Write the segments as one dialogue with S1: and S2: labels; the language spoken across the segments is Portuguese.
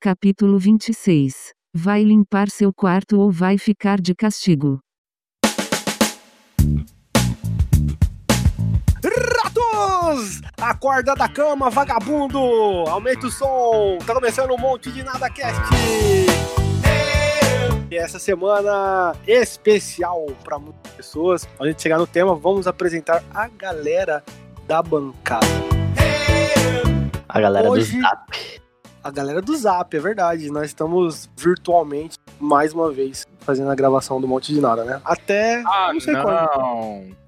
S1: Capítulo 26. Vai limpar seu quarto ou vai ficar de castigo.
S2: Ratos! Acorda da cama, vagabundo! Aumenta o som! Tá começando um monte de nada cast! E essa semana especial para muitas pessoas. Quando a gente chegar no tema, vamos apresentar a galera da bancada.
S3: A galera
S2: Hoje-
S3: do Zap.
S2: A galera do Zap, é verdade. Nós estamos virtualmente, mais uma vez, fazendo a gravação do Monte de Nada, né? Até.
S4: Ah,
S2: não
S4: não.
S2: sei quando.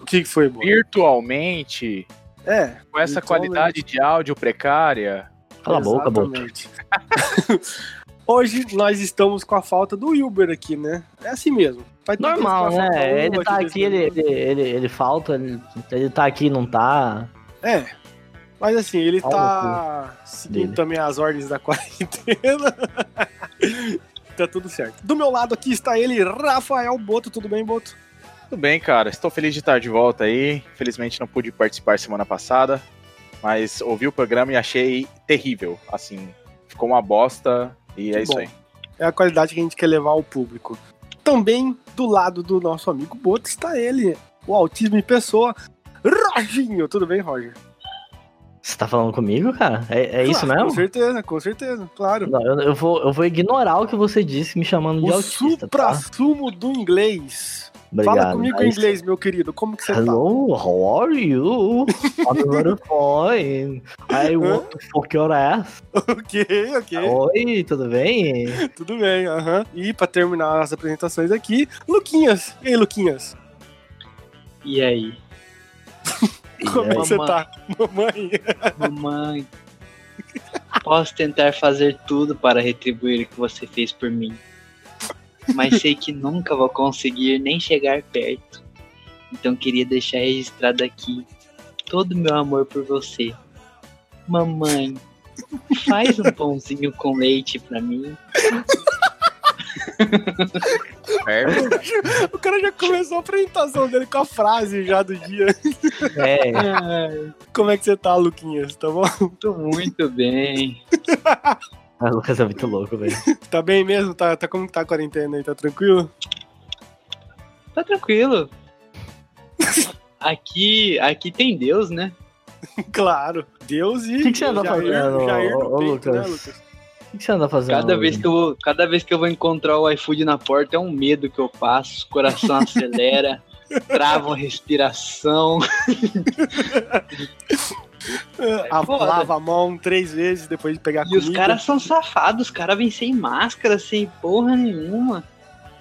S2: O que que foi, Boa?
S4: Virtualmente,
S2: É.
S4: com
S2: Virtualmente.
S4: essa qualidade de áudio precária,
S3: Cala a boca, Boto.
S2: Exatamente. Hoje nós estamos com a falta do Wilber aqui, né? É assim mesmo. Vai ter
S3: Normal,
S2: que ficar falta um
S3: né? Ele tá
S2: dois
S3: aqui, ele,
S2: meses.
S3: ele, ele, ele falta, ele, ele tá aqui, não tá.
S2: É. Mas assim, ele
S3: Pau no
S2: tá seguindo
S3: um dele.
S2: também as ordens da quarentena. tá tudo certo. Do meu lado aqui está ele, Rafael Boto. Tudo bem, Boto?
S4: tudo bem, cara. Estou feliz de estar de volta aí. Felizmente não pude participar semana passada, mas ouvi o programa e achei terrível. Assim, ficou uma bosta e
S2: Que
S4: é isso
S2: bom.
S4: aí.
S2: É a qualidade que a gente quer levar ao público. Também do lado do nosso amigo Boto está ele, o autismo em pessoa, Roginho. Tudo bem, Roger?
S3: Você tá falando comigo, cara? É, é isso
S2: Claro, Com
S3: mesmo?
S2: certeza, com certeza, claro.
S3: Não, eu, eu vou, eu vou ignorar o que você disse me chamando de
S2: O
S3: autista. Tá?
S2: supra-sumo do inglês.
S3: Obrigado.
S2: Fala comigo em
S3: mas-
S2: inglês, meu querido. Como que você tá?
S3: Hello, how are you? I'm very fine. I want to fuck your ass.
S2: Ok,
S3: Tá
S2: ok.
S3: Oi, tudo bem?
S2: Tudo bem, aham. E pra terminar as apresentações aqui, Luquinhas. E aí, Luquinhas?
S5: E aí?
S2: Como é que
S5: aí?
S2: você
S5: Mamãe.
S2: tá? Mamãe.
S5: Mamãe, posso tentar fazer tudo para retribuir o que você fez por mim, mas sei que nunca vou conseguir nem chegar perto. Então queria deixar registrado aqui todo o meu amor por você. Mamãe, faz um pãozinho com leite pra mim.
S4: Ferve.
S2: O cara já começou a apresentação dele com a frase já do dia.
S3: É,
S5: Ai,
S2: Como é que você tá, Luquinhas? Tá bom?
S5: tô muito bem.
S3: o Lucas é muito louco, velho.
S2: Tá bem mesmo? Tá, tá como que tá a quarentena aí? Tá tranquilo?
S5: Tá tranquilo. Aqui, aqui tem Deus, né?
S2: Claro. Deus e.
S3: O que que você anda
S2: Jair-
S3: fazendo,
S2: Jair no
S3: ô, ô,
S2: peito, né,
S3: Lucas?
S2: Lucas?
S3: O que que você anda fazendo?
S5: Cada vez,
S3: hoje?
S5: que eu vou, cada vez que eu vou encontrar o iFood na porta, é um medo que eu passo, o coração acelera, trava a respiração.
S2: Ah,
S5: É foda.
S2: Lava a mão três vezes depois de pegar
S5: E
S2: comida.
S5: os caras são safados, os caras vêm sem máscara, sem porra nenhuma.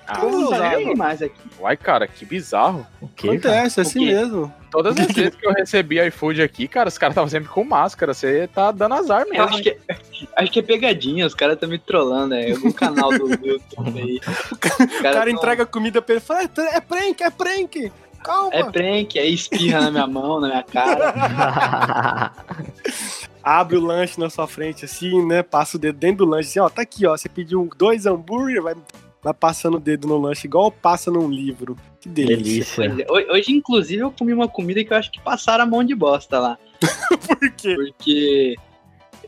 S4: Ah,
S2: Como
S5: Não tá
S2: usava?
S5: nem mais aqui.
S4: Uai, cara, que bizarro.
S3: O quê, cara?
S2: Acontece, é assim
S5: O quê?
S2: mesmo.
S4: Todas as vezes que eu recebi iFood aqui, cara, os caras estavam sempre com máscara. Você tá dando azar
S5: Eu
S4: mesmo.
S5: Acho que, acho que é pegadinha, os caras estão me trollando, é algum canal do YouTube aí. Os
S2: O
S5: caras
S2: cara
S5: tão-
S2: entrega comida pra ele e fala: "É tra- é prank, é prank! Calma!
S5: É prank, aí espirra na minha mão, na minha cara.
S2: Abre o lanche na sua frente, assim, né? Passa o dedo dentro do lanche, assim, ó, tá aqui, ó. Você pediu dois hambúrguer, vai, vai passando o dedo no lanche, igual passa num livro. Que delícia.
S3: Delícia.
S5: Pois é, ho- Hoje, inclusive, eu comi uma comida que eu acho que passaram a mão de bosta lá.
S2: Por quê?
S5: porque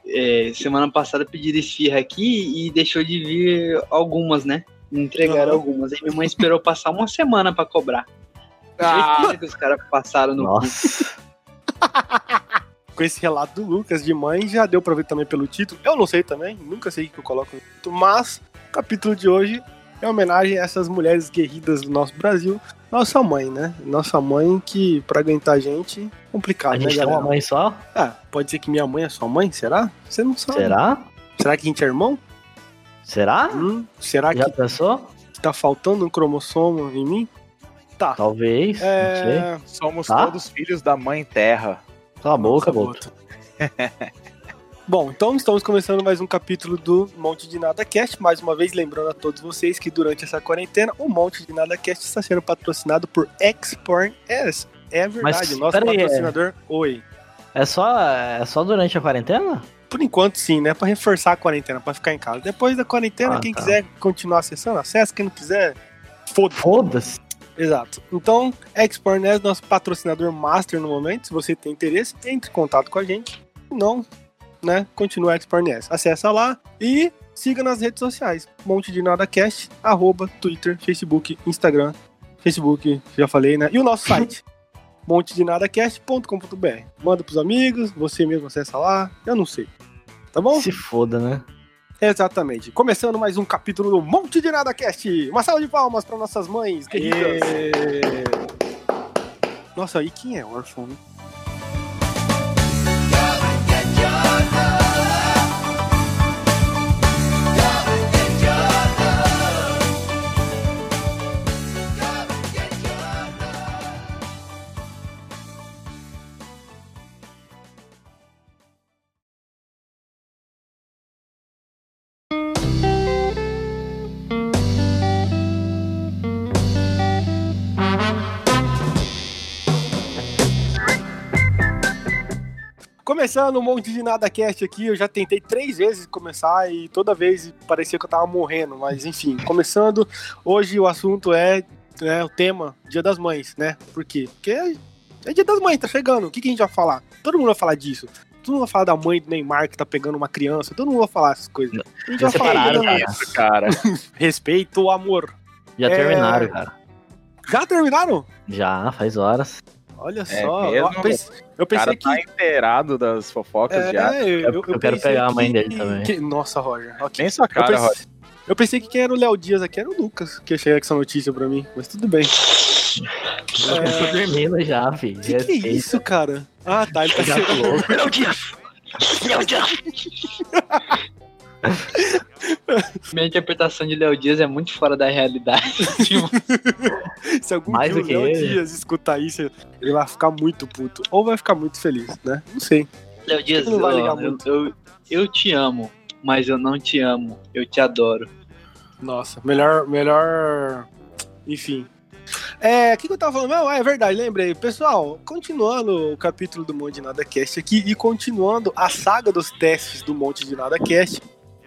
S5: é, semana passada pediram esfirra aqui e deixou de vir algumas, né? Não
S2: Aham.
S5: entregaram algumas. Aí minha mãe esperou passar uma semana pra cobrar.
S4: Ah,
S5: Ah. que os caras passaram no cu.
S3: Nossa.
S2: Com esse relato do Lucas de mãe, já deu pra ver também pelo título. Eu não sei também, nunca sei o que eu coloco no título, mas o capítulo de hoje é homenagem a essas mulheres guerridas do nosso Brasil. Nossa mãe, né? Nossa mãe que, pra aguentar a gente, complicado,
S3: A gente
S2: né,
S3: tem uma
S2: galera?
S3: mãe só?
S2: Ah, pode ser que minha mãe é sua mãe, será? Você não sabe.
S3: Será?
S2: Será que a gente é irmão?
S3: Será?
S2: Hum, será
S3: Já pensou?
S2: que tá faltando um cromossomo em mim? Tá.
S3: Talvez. Não
S2: É...
S4: somos
S3: Tá?
S4: todos filhos da mãe terra.
S3: sei. Cala a boca, Boto.
S2: Boto. Bom, então estamos começando mais um capítulo do Monte de Nada Cast. Mais uma vez, lembrando a todos vocês que durante essa quarentena, o Monte de Nada Cast está sendo patrocinado por Xporn S. É verdade,
S3: Mas,
S2: nosso
S3: peraí, é-
S2: patrocinador. Oi.
S3: É só, é só durante a quarentena?
S2: Por enquanto, sim, né? Pra reforçar a quarentena, pra ficar em casa. Depois da quarentena,
S3: Ah,
S2: quem
S3: tá.
S2: quiser continuar acessando, acessa. Quem não quiser, foda
S3: Foda-se.
S2: Exato. Então, Expornes, nosso patrocinador master no momento. Se você tem interesse, entre em contato com a gente. Se não, né? Continua Explore NES. Acessa lá e siga nas redes sociais. Monte de NadaCast, arroba, Twitter, Facebook, Instagram, Facebook, já falei, né? E o nosso site, montedinadacast.com.br. Manda pros amigos, você mesmo acessa lá, eu não sei. Tá bom?
S3: Se foda, né?
S2: Exatamente. Começando mais um capítulo do Monte de Nada Cast. Uma salva de palmas para nossas mães queridas. Nossa, e quem é órfão? né? Começando um monte de nada cast aqui, eu já tentei três vezes começar e toda vez parecia que eu tava morrendo, mas enfim, começando, hoje o assunto é, né, o tema, Dia das Mães, né? Por quê? Porque é, é Dia das Mães, tá chegando, o que, que a gente vai falar? Todo mundo vai falar disso. Todo mundo vai falar da mãe do Neymar que tá pegando uma criança, todo mundo vai falar essas coisas. A gente vai
S3: Já
S2: falar
S3: separaram,
S2: do Neymar.
S3: cara.
S4: Isso, cara.
S2: Respeito o amor.
S3: Já
S2: É.
S3: terminaram, cara.
S2: Já terminaram?
S3: Já, faz horas.
S2: Olha
S4: É
S2: só, eu
S4: mesmo?
S2: pense- eu
S4: O cara
S2: pensei que
S4: tá inteirado das focas já.
S2: É, eu,
S3: Eu- eu quero
S2: pensei
S3: pegar a mãe
S2: que-
S3: dele também.
S2: que- nossa, Roger. ok.
S4: Nem sua
S2: Eu,
S4: cara, Roger.
S2: pensei, eu pensei que quem era o Léo Dias aqui era o Lucas, que chega com essa notícia pra mim, mas tudo bem.
S3: Já começou dormindo já, filho.
S2: O É. que, que é isso, cara? Ah, tá, ele tá chegando.
S3: Meu Deus! Meu Deus!
S5: Minha interpretação de Léo Dias é muito fora da realidade.
S2: Se algum
S3: Mais
S2: dia
S3: do que
S2: o Léo
S3: ele.
S2: Dias escutar isso, ele vai ficar muito puto. Ou vai ficar muito feliz, né? Não sei.
S5: Léo Dias,
S2: Não vai
S5: ó,
S2: ligar
S5: eu-
S2: muito.
S5: eu, eu te amo, mas eu não te amo. Eu te adoro.
S2: Nossa, melhor, melhor. Enfim. É, o que, que eu tava falando? Não, é verdade, lembrei. Pessoal, continuando o capítulo do Monte de Nada Cast aqui e continuando a saga dos testes do Monte de Nada Cast,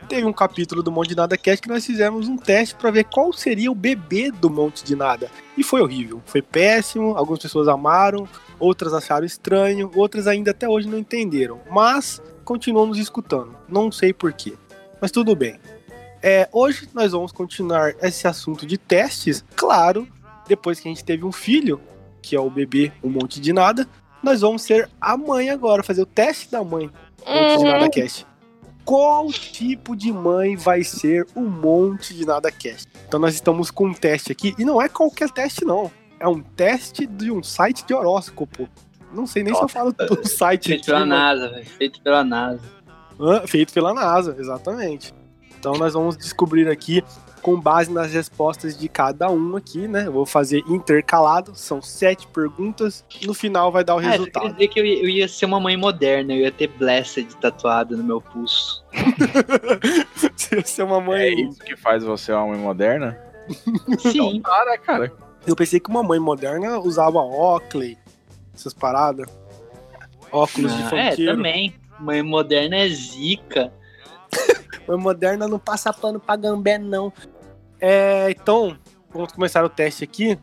S2: teve um capítulo do Monte de Nada Cast que nós fizemos um teste pra ver qual seria o bebê do Monte de Nada. E foi horrível, foi péssimo, algumas pessoas amaram, outras acharam estranho, outras ainda até hoje não entenderam, mas continuam nos escutando. Não sei porquê, mas tudo bem. É, hoje nós vamos continuar esse assunto de testes, claro, depois que a gente teve um filho, que é o bebê Um Monte de Nada, nós vamos ser a mãe agora, fazer o teste da mãe um Monte de Nada Cast. Qual tipo de mãe vai ser o Monte de Nada Cast? Então nós estamos com um teste aqui, e não é qualquer teste não, é um teste de um site de horóscopo. Não sei nem se eu falo do site.
S5: Feito pela
S2: aqui, mas-
S5: NASA, velho. Feito pela NASA.
S2: Hã? Feito pela NASA, exatamente. Então nós vamos descobrir aqui, com base nas respostas de cada um aqui, né? Eu vou fazer intercalado, são sete perguntas, no final vai dar o
S5: Ah, eu queria
S2: resultado.
S5: dizer que eu ia, eu ia ser uma mãe moderna, eu ia ter Blessed tatuada no meu pulso.
S2: Se é uma
S4: É
S2: mãe.
S4: isso que faz você uma mãe moderna?
S5: Sim.
S4: Para, cara.
S2: Eu pensei que uma mãe moderna usava Oakley, essas paradas. Óculos de
S5: Ah, é,
S2: funkeiro.
S5: também. Mãe moderna é zica.
S2: Mãe moderna não passa pano pra gambé, não. É, então, vamos começar o teste aqui.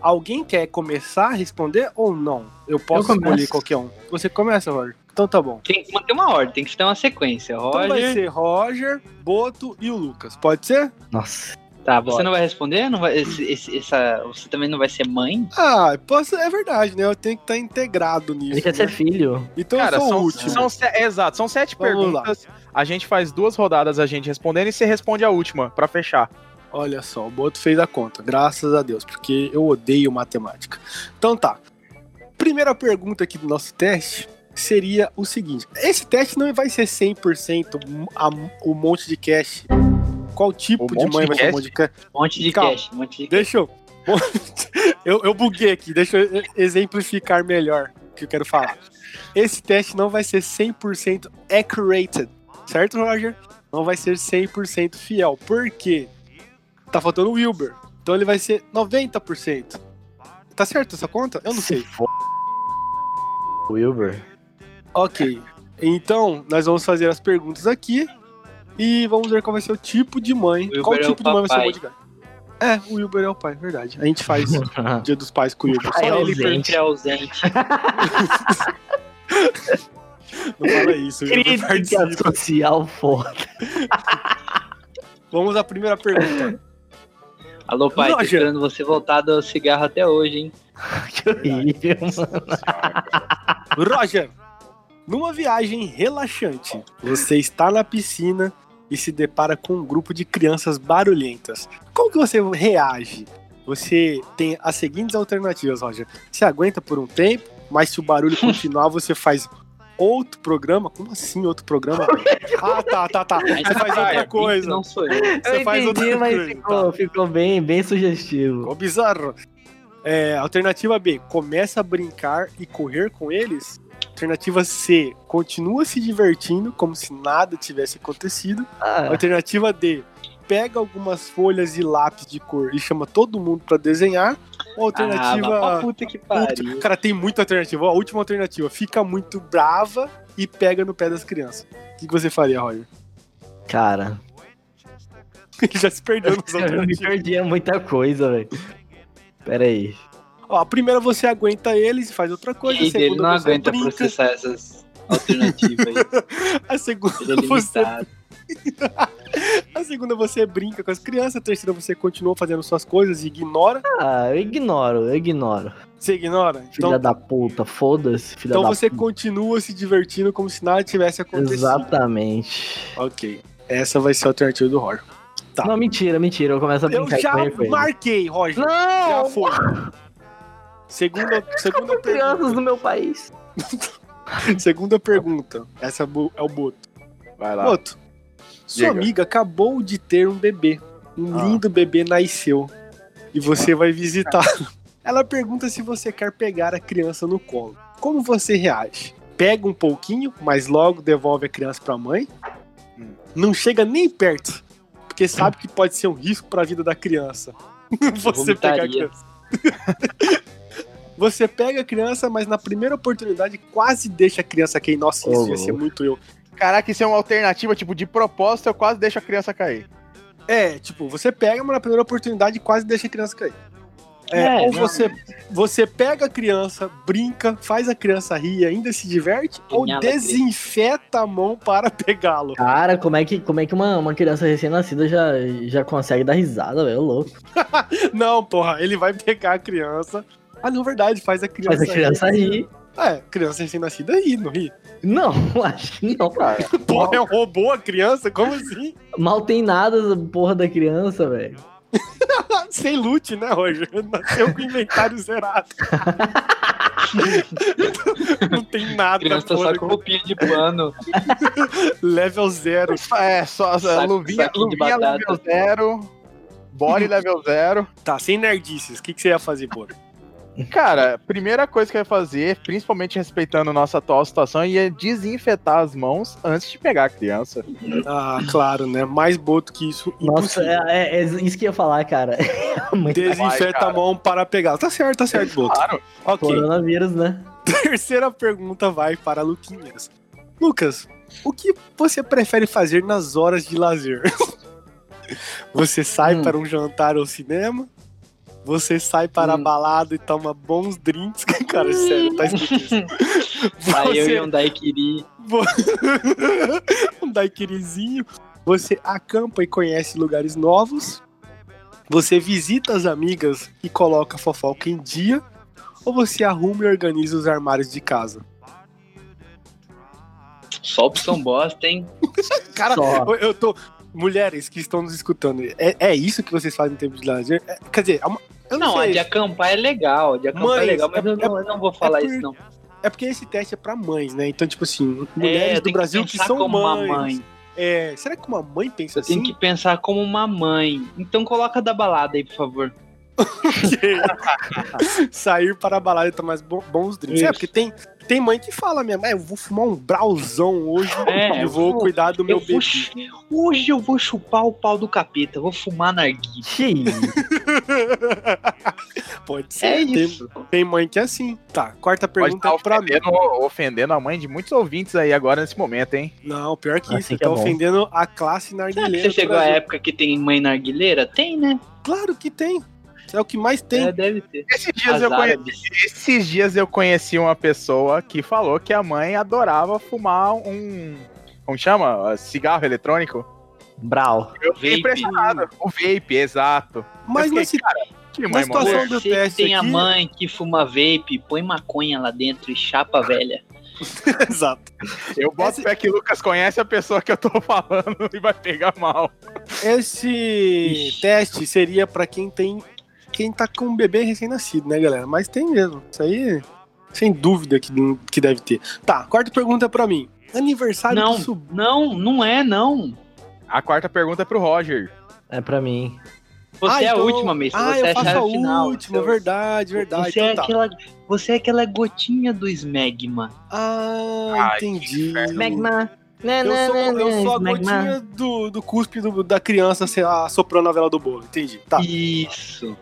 S2: Alguém quer começar a responder ou não? Eu posso
S3: Eu começo.
S2: escolher qualquer um. Você começa, Roger. Então tá bom.
S5: Tem que manter uma ordem, tem que ter uma sequência.
S2: Então vai
S5: Roger.
S2: ser Roger, Boto e o Lucas. Pode ser?
S3: Nossa.
S5: Tá, você
S2: Bora.
S5: não vai responder? Não vai, esse- esse- essa, você também não vai ser mãe?
S2: Ah, posso, é verdade, né? Eu tenho que estar integrado nisso.
S3: Ele quer ser
S2: né?
S3: filho.
S2: Então
S4: cara,
S2: eu sou o
S4: são,
S2: último.
S4: são, se- é, exato, são sete
S2: Vamos lá.
S4: perguntas. A gente faz duas rodadas a gente respondendo e você responde a última pra fechar.
S2: Olha só, o Boto fez a conta, graças a Deus, porque eu odeio matemática. Então tá. Primeira pergunta aqui do nosso teste seria o seguinte: esse teste não vai ser 100% m- a- o monte de cash. Qual tipo
S4: O
S2: de
S4: monte
S2: mãe
S4: de
S2: vai ser o
S4: cash?
S2: monte de cash?
S5: Um monte de
S2: Calma.
S5: cash, um monte de
S2: Deixa eu. eu. Eu buguei aqui, deixa eu exemplificar melhor o que eu quero falar. Esse teste não vai ser 100% accurate, certo, Roger? Não vai ser 100% fiel. Por quê? Tá faltando o Wilber. Então ele vai ser 90%. Tá certo essa conta? Eu não
S3: Se
S2: sei.
S3: for. Wilbur.
S2: Ok. Então, nós vamos fazer as perguntas aqui e vamos ver qual vai ser o tipo de mãe.
S5: O Wilber
S2: qual
S5: é o
S2: tipo de mãe vai ser o
S5: papai.
S2: Bodyguard? É, o Wilber é o pai, verdade. A gente faz Dia dos Pais com o Wilber.
S3: Pai
S2: Só ele
S3: ausente.
S5: Sempre ausente.
S2: Não fala isso, Igor,
S3: Crítica
S2: participa.
S3: é social foda.
S2: Vamos à primeira pergunta.
S5: Alô, pai, tô
S2: Roger.
S5: esperando você voltar do cigarro até hoje, hein?
S3: Que horrível, mano.
S2: Roger, numa viagem relaxante, você está na piscina e se depara com um grupo de crianças barulhentas. Como que você reage? Você tem as seguintes alternativas, Roger. Você aguenta por um tempo, mas se o barulho continuar, você faz outro programa? Como assim outro programa? ah, tá, tá, tá. Você faz
S4: Ah,
S2: outra
S4: é,
S5: Sim,
S2: coisa.
S5: Não sou eu.
S2: Você
S3: eu
S2: faz
S3: entendi,
S2: outra
S3: mas
S2: coisa, então.
S3: ficou, ficou bem, bem sugestivo.
S2: Ficou bizarro. É, alternativa B, começa a brincar e correr com eles. Alternativa C, continua se divertindo como se nada tivesse acontecido.
S5: É.
S3: Ah,
S2: Alternativa D, pega algumas folhas e lápis de cor e chama todo mundo pra desenhar. Ou
S5: Ah, vá pra
S2: alternativa.
S5: puta que pariu.
S2: Puta, cara, tem muita alternativa. Ó, A última alternativa, fica muito brava e pega no pé das crianças. O que que você faria, Roger?
S3: cara,
S2: Ele já se perdeu nas
S3: eu me
S2: alternativas.
S3: perdi é muita coisa, velho. Pera aí.
S2: Ó, a primeira você aguenta eles e faz outra coisa. A
S5: E ele
S2: segunda
S5: não
S2: você
S5: aguenta
S2: brinca.
S5: processar essas alternativas. aí.
S2: A segunda,
S5: Ele é
S2: você, tá
S5: limitado.
S2: a segunda você brinca com as crianças, a terceira você continua fazendo suas coisas e ignora.
S3: Ah, eu ignoro, eu ignoro.
S2: Você ignora?
S3: Filha
S2: Então,
S3: da puta, foda-se, filha
S2: então
S3: da
S2: você
S3: puta.
S2: continua se divertindo como se nada tivesse acontecido.
S3: Exatamente.
S2: Ok. Essa vai ser a alternativa do Roger. Tá.
S3: Não, mentira, mentira, eu começo a
S2: Eu
S3: brincar
S2: já
S3: e correr com ele.
S2: marquei, Roger. Já
S3: Não!
S2: foi. Segunda, segunda,
S3: Como crianças
S2: pergunta,
S3: no meu país.
S2: segunda pergunta. Essa é bo- é o Boto.
S4: Vai lá.
S2: Boto, sua
S4: Diga.
S2: amiga acabou de ter um bebê. Um
S4: Ah.
S2: lindo bebê nasceu. E você vai visitar. Ela pergunta se você quer pegar a criança no colo. Como você reage? Pega um pouquinho, mas logo devolve a criança pra mãe?
S4: Hum.
S2: Não chega nem perto, porque sabe que pode ser um risco pra vida da criança. você pegar a
S5: vomitaria.
S2: criança. Você pega a criança, mas na primeira oportunidade quase deixa a criança cair. Nossa, isso
S3: Ô,
S2: ia ser
S3: louco.
S2: muito eu.
S4: Caraca, isso é uma alternativa, tipo, de propósito, eu quase deixo a criança cair.
S2: É, tipo, você pega, mas na primeira oportunidade quase deixa a criança cair. É,
S5: É,
S2: ou
S5: não.
S2: você, você pega a criança, brinca, faz a criança rir e ainda se diverte,
S5: Punhala
S2: ou
S5: a criança.
S2: desinfeta a mão para pegá-lo.
S3: Cara, como é que, como é que uma, uma criança recém-nascida já, já consegue dar risada, velho? Ô, Louco.
S2: Não, porra, ele vai pegar a criança. Ah, não, verdade, faz a criança.
S3: Faz a criança rir.
S2: É, criança recém-nascida ri, não ri.
S3: Não, acho que não.
S4: Cara,
S2: Porra, é um robô a criança? Como assim?
S3: Mal tem nada essa porra da criança, velho.
S2: Sem loot, né, Roger? Nasceu com o inventário zerado. não tem nada.
S5: Criança
S2: porra.
S5: só com roupinha de pano.
S2: Level zero.
S4: é, só
S5: Saco-
S4: luvinha,
S5: saquinho de
S4: luvinha
S5: batata.
S4: level zero, body level zero.
S2: Tá, sem nerdices, o que, que você ia fazer, pô?
S4: Cara, primeira coisa que eu ia fazer, principalmente respeitando nossa atual situação, ia desinfetar as mãos antes de pegar a criança.
S2: Ah, claro, né? Mais boto que isso,
S3: Nossa,
S2: impossível.
S3: é, é- é isso que eu ia falar, cara. É Muito
S4: Vai,
S2: Desinfeta
S4: cara.
S2: a mão para pegar. Tá certo, tá certo, boto.
S4: Claro.
S2: Ok,
S3: coronavírus, né?
S2: terceira pergunta vai para Luquinhas. Lucas, o que você prefere fazer nas horas de lazer? Você sai
S3: Hum.
S2: para um jantar ou cinema? Você sai para a
S3: Hum.
S2: balada e toma bons drinks? Cara, sério, tá escrito isso.
S5: Aí eu
S2: Você-
S5: e um daiquiri.
S2: Vo- um daiquirizinho. Você acampa e conhece lugares novos. Você visita as amigas e coloca a fofoca em dia. Ou você arruma e organiza os armários de casa.
S5: Só opção bosta, hein?
S2: Cara,
S3: Só.
S2: eu- eu tô. Mulheres que estão nos escutando, é, é isso que vocês fazem no tempo de lazer? É, quer dizer, é uma- eu não,
S5: Não, a
S2: sei.
S5: de acampar é legal. A de acampar
S2: Mãe,
S5: é legal, mas
S2: é-
S5: eu, não, eu não vou falar
S2: é
S5: isso, não.
S2: É porque esse teste é pra mães, né? Então, tipo assim,
S5: É,
S2: mulheres
S5: eu
S2: do
S5: tenho
S2: Brasil que,
S5: pensar
S2: são
S5: como
S2: mães.
S5: uma mãe.
S2: É, será que uma mãe pensa
S5: Eu tenho
S2: assim?
S5: que pensar como uma mãe. Então coloca da balada aí, por favor.
S2: Ok. Sair para a balada e tomar bo- bons drinks.
S5: Isso.
S2: É, porque tem, tem mãe que fala mesmo, "É, eu vou fumar um brauzão hoje
S5: É,
S2: e vou
S5: eu vou-
S2: cuidar do meu
S5: Eu vou
S2: bebê.
S5: chu- hoje eu vou chupar o pau do capeta, vou fumar na arguilha.
S3: Xiii.
S2: Pode ser.
S5: É
S2: tem,
S5: isso.
S2: tem mãe que é assim. Tá, quarta
S4: Pode
S2: pergunta
S4: estar
S2: é pra mim.
S4: ofendendo, ofendendo a mãe de muitos ouvintes aí agora nesse momento, hein?
S2: Não, pior que
S3: Assim
S2: isso. Você
S3: que é
S2: tá
S3: bom.
S2: ofendendo a classe
S5: Será que
S2: narguileira. do
S5: você chegou à
S2: Brasil.
S5: época que tem mãe narguileira? Tem, né?
S2: Claro que tem. É o que mais tem.
S5: É, deve ter. é
S4: Esses dias,
S5: As
S4: eu conhe-
S5: árabes.
S4: Esses dias eu conheci uma pessoa que falou que a mãe adorava fumar um. Como chama? Cigarro eletrônico?
S3: Brau.
S4: Eu fiquei
S5: Vape.
S4: impressionado. O vape, exato.
S2: mas
S4: eu
S2: não
S4: fiquei,
S2: se
S4: Que
S2: na
S4: mãe
S2: situação-
S4: maluca.
S2: Passando o
S5: Você que
S2: um teste
S5: tem a
S2: aqui.
S5: mãe que fuma vape, põe maconha lá dentro e chapa velha.
S2: Exato.
S4: Eu boto
S2: Esse-
S4: pé que o Lucas conhece a pessoa que eu tô falando e vai pegar mal.
S2: Esse teste seria pra quem tem. Quem tá com um bebê recém-nascido, né, galera? Mas tem mesmo. Isso aí, sem dúvida que, que deve ter. Tá, quarta pergunta pra mim. Aniversário
S5: Não,
S2: do sobrinho.
S5: não, não é, não.
S4: A quarta pergunta é pro Roger.
S3: É pra mim.
S5: Você
S2: Ah,
S5: é a
S2: então-
S5: última, Missa.
S2: Ah,
S5: você é
S2: eu faço a
S5: chave final.
S2: última,
S5: seu-
S2: verdade, verdade.
S5: Você, é
S2: Então tá.
S5: aquela, você é aquela gotinha do Smegma.
S2: Ah,
S4: Ai, que
S2: entendi.
S3: Né,
S2: Eu sou, eu sou a gotinha do, do cuspe do- da criança sei lá, soprando a vela do bolo, entendi. Tá.
S5: Isso.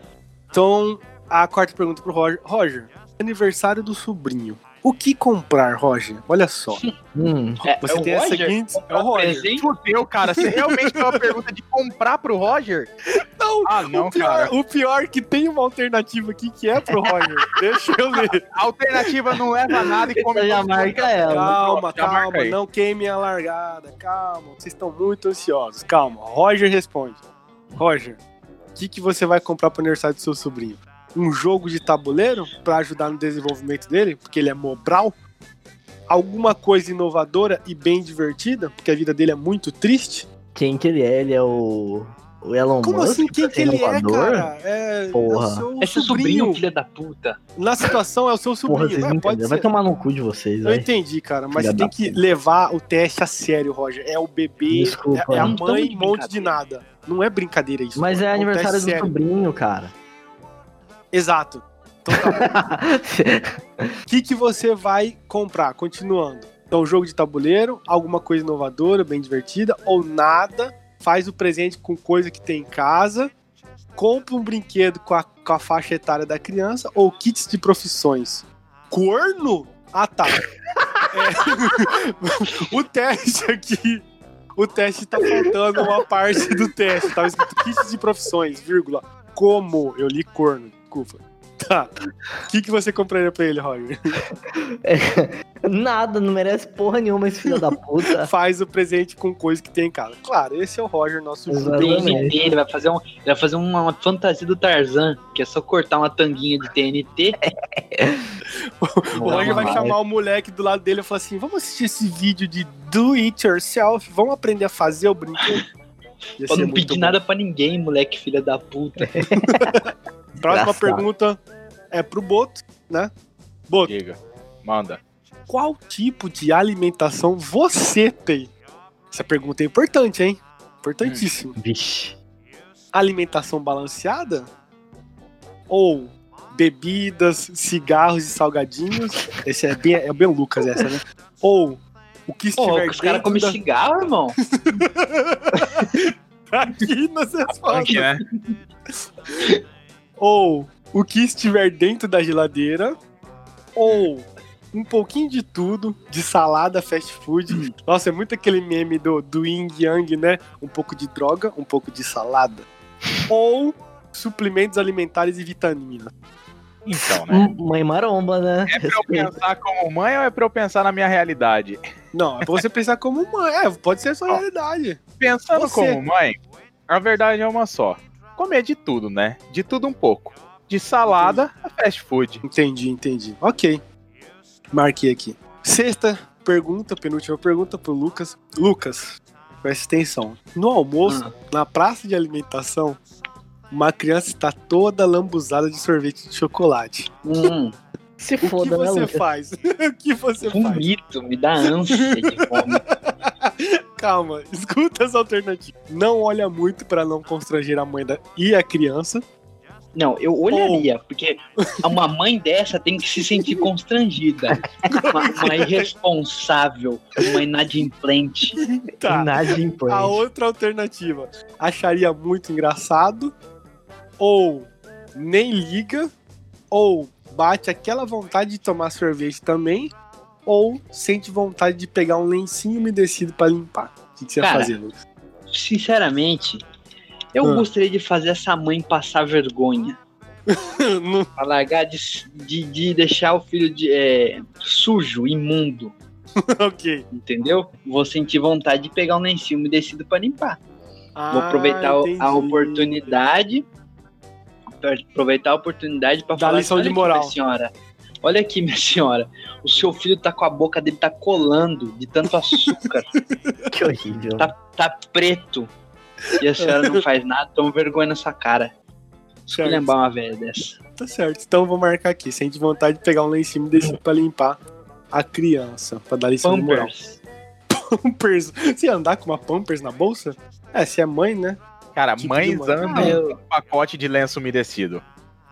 S2: Então, a quarta pergunta pro Roger. Roger, aniversário do sobrinho. O que comprar, Roger? Olha só.
S3: Hum,
S5: É,
S2: Você
S5: é o
S2: tem as
S5: Roger?
S2: seguintes. É o Roger.
S5: Presente?
S4: Fudeu, cara. Você realmente tem uma pergunta de comprar pro Roger?
S2: Não,
S4: Ah, não,
S2: o, pior,
S4: cara.
S2: o pior é que tem uma alternativa aqui que é pro Roger. Deixa eu ler.
S4: A alternativa não leva a nada e come
S2: é
S3: Você já
S4: tudo.
S3: é marca ela.
S2: Calma,
S4: já marca
S2: calma.
S4: aí.
S2: Não queime a largada. Calma. Vocês estão muito ansiosos. Calma. Roger responde. Roger, o que, que você vai comprar pro aniversário do seu sobrinho? Um jogo de tabuleiro pra ajudar no desenvolvimento dele, porque ele é mobral? Alguma coisa inovadora e bem divertida, porque a vida dele é muito triste?
S3: Quem que ele é? Ele é o. O Elon
S2: Como
S3: Musk?
S2: assim? Quem que ele é,
S3: inovador?
S2: cara? É, é
S3: Porra.
S2: o
S5: É
S2: seu
S5: seu
S2: sobrinho.
S5: sobrinho, filha da puta.
S2: Na situação é o seu sobrinho.
S3: Porra, vocês
S2: né?
S3: não
S2: Pode
S3: entenderam. Vai
S2: ser.
S3: tomar no cu de vocês,
S2: Eu
S3: velho.
S2: entendi, cara, mas
S3: Filha
S2: você tem
S3: da
S2: que
S3: puta.
S2: levar o teste a sério, Roger. É o bebê,
S3: Desculpa,
S2: é, é a
S5: não tão de
S2: mãe, um monte de
S5: brincadeira.
S2: nada. Não é brincadeira isso.
S3: Mas
S2: cara.
S3: é
S2: um
S3: aniversário
S2: teste
S3: do
S2: sério.
S3: sobrinho, cara.
S2: Exato. Então tá. O que, que você vai comprar? Continuando. Então, jogo de tabuleiro, alguma coisa inovadora, bem divertida, ou nada. Faz o presente com coisa que tem em casa. Compra um brinquedo com a, com a faixa etária da criança ou kits de profissões. Corno? Ah, tá. É. o teste aqui. O teste tá faltando uma parte do teste. Tava escrito kits de profissões, vírgula. Como? Eu li corno, desculpa. Tá. O que, que você compraria pra ele, Roger?
S3: Nada, não merece porra nenhuma esse filho da puta.
S2: Faz o presente com coisa que tem em casa. Claro, esse é o Roger, nosso
S3: Exato.
S5: Tem
S2: judeu.
S3: Exatamente.
S5: Ele vai fazer, um, ele vai fazer uma, uma fantasia do Tarzan, que é só cortar uma tanguinha de TNT.
S2: O Roger vai
S3: Jamais.
S2: chamar o moleque do lado dele e falar assim: vamos assistir esse vídeo de do it yourself, vamos aprender a fazer o brinquedo. Ia ser
S5: Pra não
S2: é muito
S5: pedir
S2: bom.
S5: nada pra ninguém, moleque filha da puta.
S2: Próxima
S3: Engraçado.
S2: pergunta é pro Boto, né? Boto,
S4: Diga. Manda.
S2: qual tipo de alimentação você tem? Essa pergunta é importante, hein? Importantíssima.
S3: Vixe.
S2: alimentação balanceada? Ou bebidas, cigarros e salgadinhos? Esse é bem, é bem Lucas essa, né? Ou o que
S5: Pô,
S2: estiver
S5: os caras comem
S2: dentro
S5: cigarro, irmão.
S2: da... aqui nas
S4: Punk,
S2: respostas.
S4: né?
S2: Ou o que estiver dentro da geladeira? Ou um pouquinho de tudo, de salada, fast
S5: Hum.
S2: food. Nossa, é muito aquele meme do, do Yin Yang, né? Um pouco de droga, um pouco de salada. Ou suplementos alimentares e vitaminas.
S4: Então, né?
S3: M- Mãe maromba, né?
S4: É pra eu pensar como mãe ou é pra eu pensar na minha realidade?
S2: Não, é pra você pensar como mãe. É, pode ser a sua
S4: Ó.
S2: realidade.
S4: Pensando
S2: Você.
S4: como mãe, a verdade é uma só. Comer de tudo, né? De tudo um pouco. De salada a fast food.
S2: Entendi, entendi. Ok. Marquei aqui. Sexta pergunta, penúltima pergunta pro Lucas. Lucas, presta atenção. No almoço,
S5: Ah,
S2: na praça de alimentação, uma criança está toda lambuzada de sorvete de chocolate.
S5: hum,
S3: Se
S2: O que
S3: foda, né,
S2: você
S3: Lucas?
S2: faz? o que você faz?
S5: vomito, me dá ânsia de fome.
S2: Calma, escuta as alternativas. Não olha muito para não constranger a mãe da- e a criança.
S5: Não, eu olharia, porque uma mãe dessa tem que se sentir constrangida. Uma, uma irresponsável, uma inadimplente.
S2: Tá.
S3: Inadimplente.
S2: A outra alternativa, acharia muito engraçado, ou nem liga, ou bate aquela vontade de tomar sorvete também, ou sente vontade de pegar um lencinho umedecido pra limpar. O que, que você ia
S5: Cara,
S2: fazer, Lucas?
S5: Sinceramente, eu
S2: Ah.
S5: gostaria de fazer essa mãe passar vergonha.
S2: Não-
S5: Pra largar de, de, de deixar o filho de, é, sujo, imundo,
S2: ok.
S5: entendeu? Vou sentir vontade de pegar um lencinho umedecido pra limpar. Vou
S2: Ah,
S5: aproveitar o-
S2: entendi.
S5: a oportunidade. pra- Aproveitar a oportunidade para
S2: Dá
S5: falar.
S2: lição
S5: "Olha
S2: de
S5: aqui,
S2: moral."
S5: minha senhora. Olha aqui, minha senhora. O seu filho tá com a boca dele tá colando de tanto açúcar.
S3: Que horrível.
S5: Tá- tá preto. E a senhora não faz nada, toma vergonha na sua cara. Deixa eu
S2: Certo.
S5: lembrar uma velha dessa.
S2: Tá certo. Então eu vou marcar aqui. Sente vontade de pegar um lencinho desse pra limpar a criança, pra dar lição de moral.
S5: Pampers.
S2: Pampers. Você ia andar com uma Pampers na bolsa? É, se é mãe, né?
S4: Cara,
S2: Tipo de
S4: mães
S2: mãe.
S4: andam
S5: Ah, eu-
S4: com um pacote de lenço umedecido.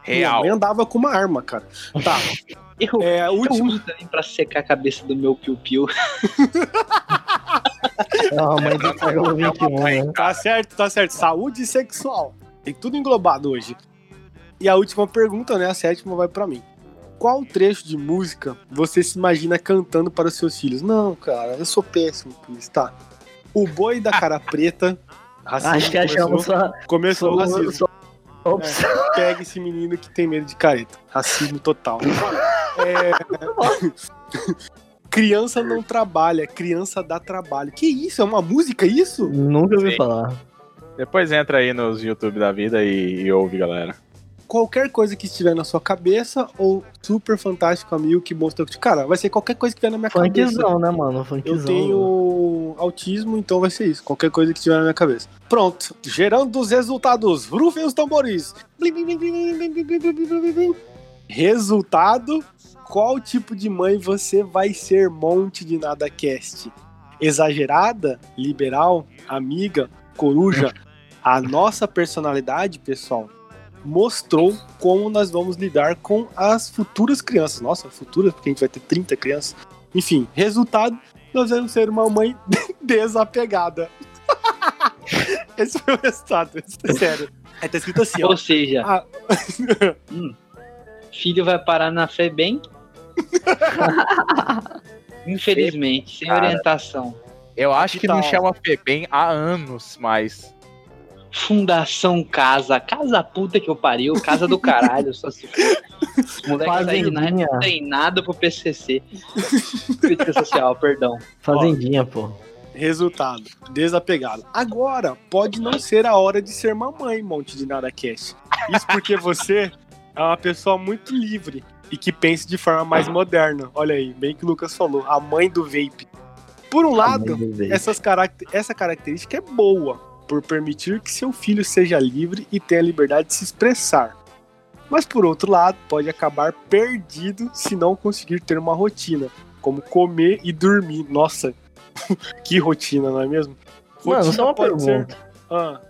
S2: Minha
S4: Real.
S2: mãe andava com uma arma, cara. Tá.
S5: Eu,
S2: É, o
S5: eu
S2: último.
S5: uso também pra secar a cabeça do meu piu-piu.
S3: Não, a mãe do século XXI, né?
S2: Tá certo, tá certo. Saúde sexual. Tem tudo englobado hoje. E a última pergunta, né? A sétima vai pra mim. Qual trecho de música você se imagina cantando para os seus filhos? Não, cara, eu sou péssimo com isso, tá? O boi da cara preta. racismo,
S3: Acho que é um achamos só,
S2: Começou, começou o
S3: só,
S2: racismo.
S3: só opção.
S2: Pega esse menino que tem medo de careta. Racismo total. É... criança não trabalha, criança dá trabalho. Que isso? É uma música isso?
S3: Nunca ouvi falar.
S4: Depois entra aí nos YouTube da vida e, e ouve, galera.
S2: Qualquer coisa que estiver na sua cabeça ou super fantástico amigo que mostra. Cara, vai ser qualquer coisa que vier na minha cabeça.
S3: Funkzão, né, mano? Funkzão.
S2: Tá Eu tenho um autismo, então vai ser isso. Qualquer coisa que tiver na minha cabeça. Pronto. Gerando os resultados. Rufem os tambores. Blim, blim, blim, blim, blim, blim, blim, blim, blim, blim, blim, blim. Resultado. Qual tipo de mãe você vai ser, monte de nada cast? Exagerada? Liberal? Amiga? Coruja? A nossa personalidade, pessoal, mostrou como nós vamos lidar com as futuras crianças. Nossa, futuras, porque a gente vai ter 30 crianças. Enfim, resultado nós vamos ser uma mãe desapegada. Esse foi o resultado, isso é sério. É, tá escrito assim, ó.
S5: Ou seja,
S2: Ah.
S5: hum, filho vai parar na Febem. Infelizmente, sem
S4: Cara.
S5: orientação.
S4: Eu acho que não
S2: tá, ó.
S4: chama Febem há anos, mas.
S5: Fundação Casa, Casa puta que eu pariu, Casa do caralho, só se for. tá Os moleques saem
S2: né?
S5: na-
S3: Fazendinha.
S5: treinado pro PCC. Crítica social, perdão.
S3: Fazendinha, pô.
S2: Resultado, desapegado. Agora, pode não ser a hora de ser mamãe, monte de nada cash. Isso porque você é uma pessoa muito livre e que pensa de forma mais moderna. Olha aí, bem que o Lucas falou, a mãe do vape. Por um lado, essas caracter- essa característica é boa por permitir que seu filho seja livre e tenha liberdade de se expressar. Mas por outro lado, pode acabar perdido se não conseguir ter uma rotina, como comer e dormir. Nossa, que rotina, não é mesmo?
S3: Mano, só uma
S2: pode ser-
S3: pergunta.
S2: Ah,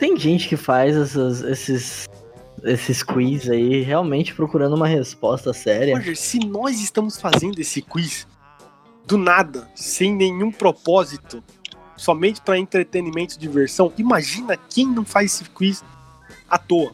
S3: Tem gente que faz essas- esses, esses quiz aí realmente procurando uma resposta séria.
S2: Roger, se nós estamos fazendo esse quiz do nada, sem nenhum propósito, somente para entretenimento e diversão, imagina quem não faz esse quiz à toa.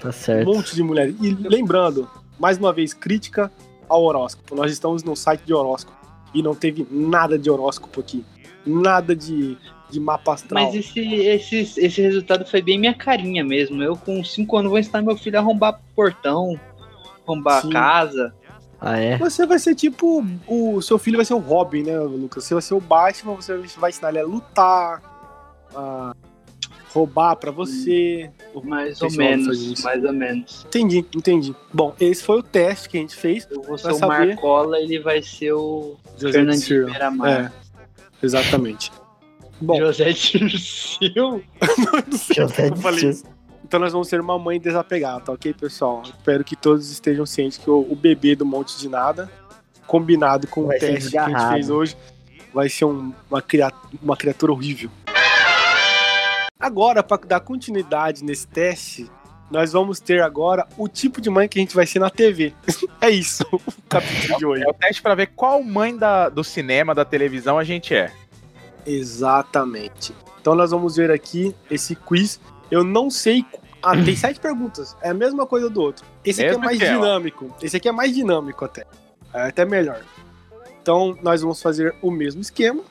S3: Tá
S2: Um
S3: certo.
S2: monte de mulheres. E lembrando, mais uma vez, crítica ao horóscopo. Nós estamos no site de horóscopo e não teve nada de horóscopo aqui. Nada de, de mapa astral.
S5: Mas esse, esse, esse resultado foi bem minha carinha mesmo. Eu, com 5 anos, vou ensinar meu filho a arrombar portão, arrombar
S2: Sim.
S5: a casa.
S3: Ah, é?
S2: Você vai ser tipo. O seu filho vai ser o Robin, né, Lucas? Você vai ser o Batman, você vai ensinar ele a lutar, a roubar pra você.
S5: Mais ou
S2: Vocês vão fazer
S5: menos,
S2: isso.
S5: mais ou menos.
S2: Entendi, entendi. Bom, esse foi o teste que a gente fez.
S5: Eu vou ser
S2: Vai
S5: o
S2: saber.
S5: Marcola, ele vai ser o
S2: José de
S5: Fernandinho
S2: Ciro.
S5: Beiramar.
S2: É, exatamente. Bom,
S5: José de Ciro.
S3: José
S2: Eu falei
S3: de
S2: isso. Então nós vamos ser uma mãe desapegada, tá ok, pessoal? Espero que todos estejam cientes que o, o bebê do Monte de Nada, combinado com
S3: Vai
S2: o
S3: ser
S2: teste que a gente
S3: desgarrado.
S2: fez hoje, vai ser um- uma, cria- uma criatura horrível. Agora, para dar continuidade nesse teste, nós vamos ter agora o tipo de mãe que a gente vai ser na TV. é isso, o capítulo de hoje.
S4: É o teste pra ver qual mãe da- do cinema, da televisão a gente é.
S2: Exatamente. Então nós vamos ver aqui esse quiz. Eu não sei. Ah, tem sete perguntas. É a mesma coisa do outro. Esse aqui é
S4: Mesmo
S2: mais
S4: que ela.
S2: dinâmico. Esse aqui é mais dinâmico até. É até melhor. Então nós vamos fazer o mesmo esquema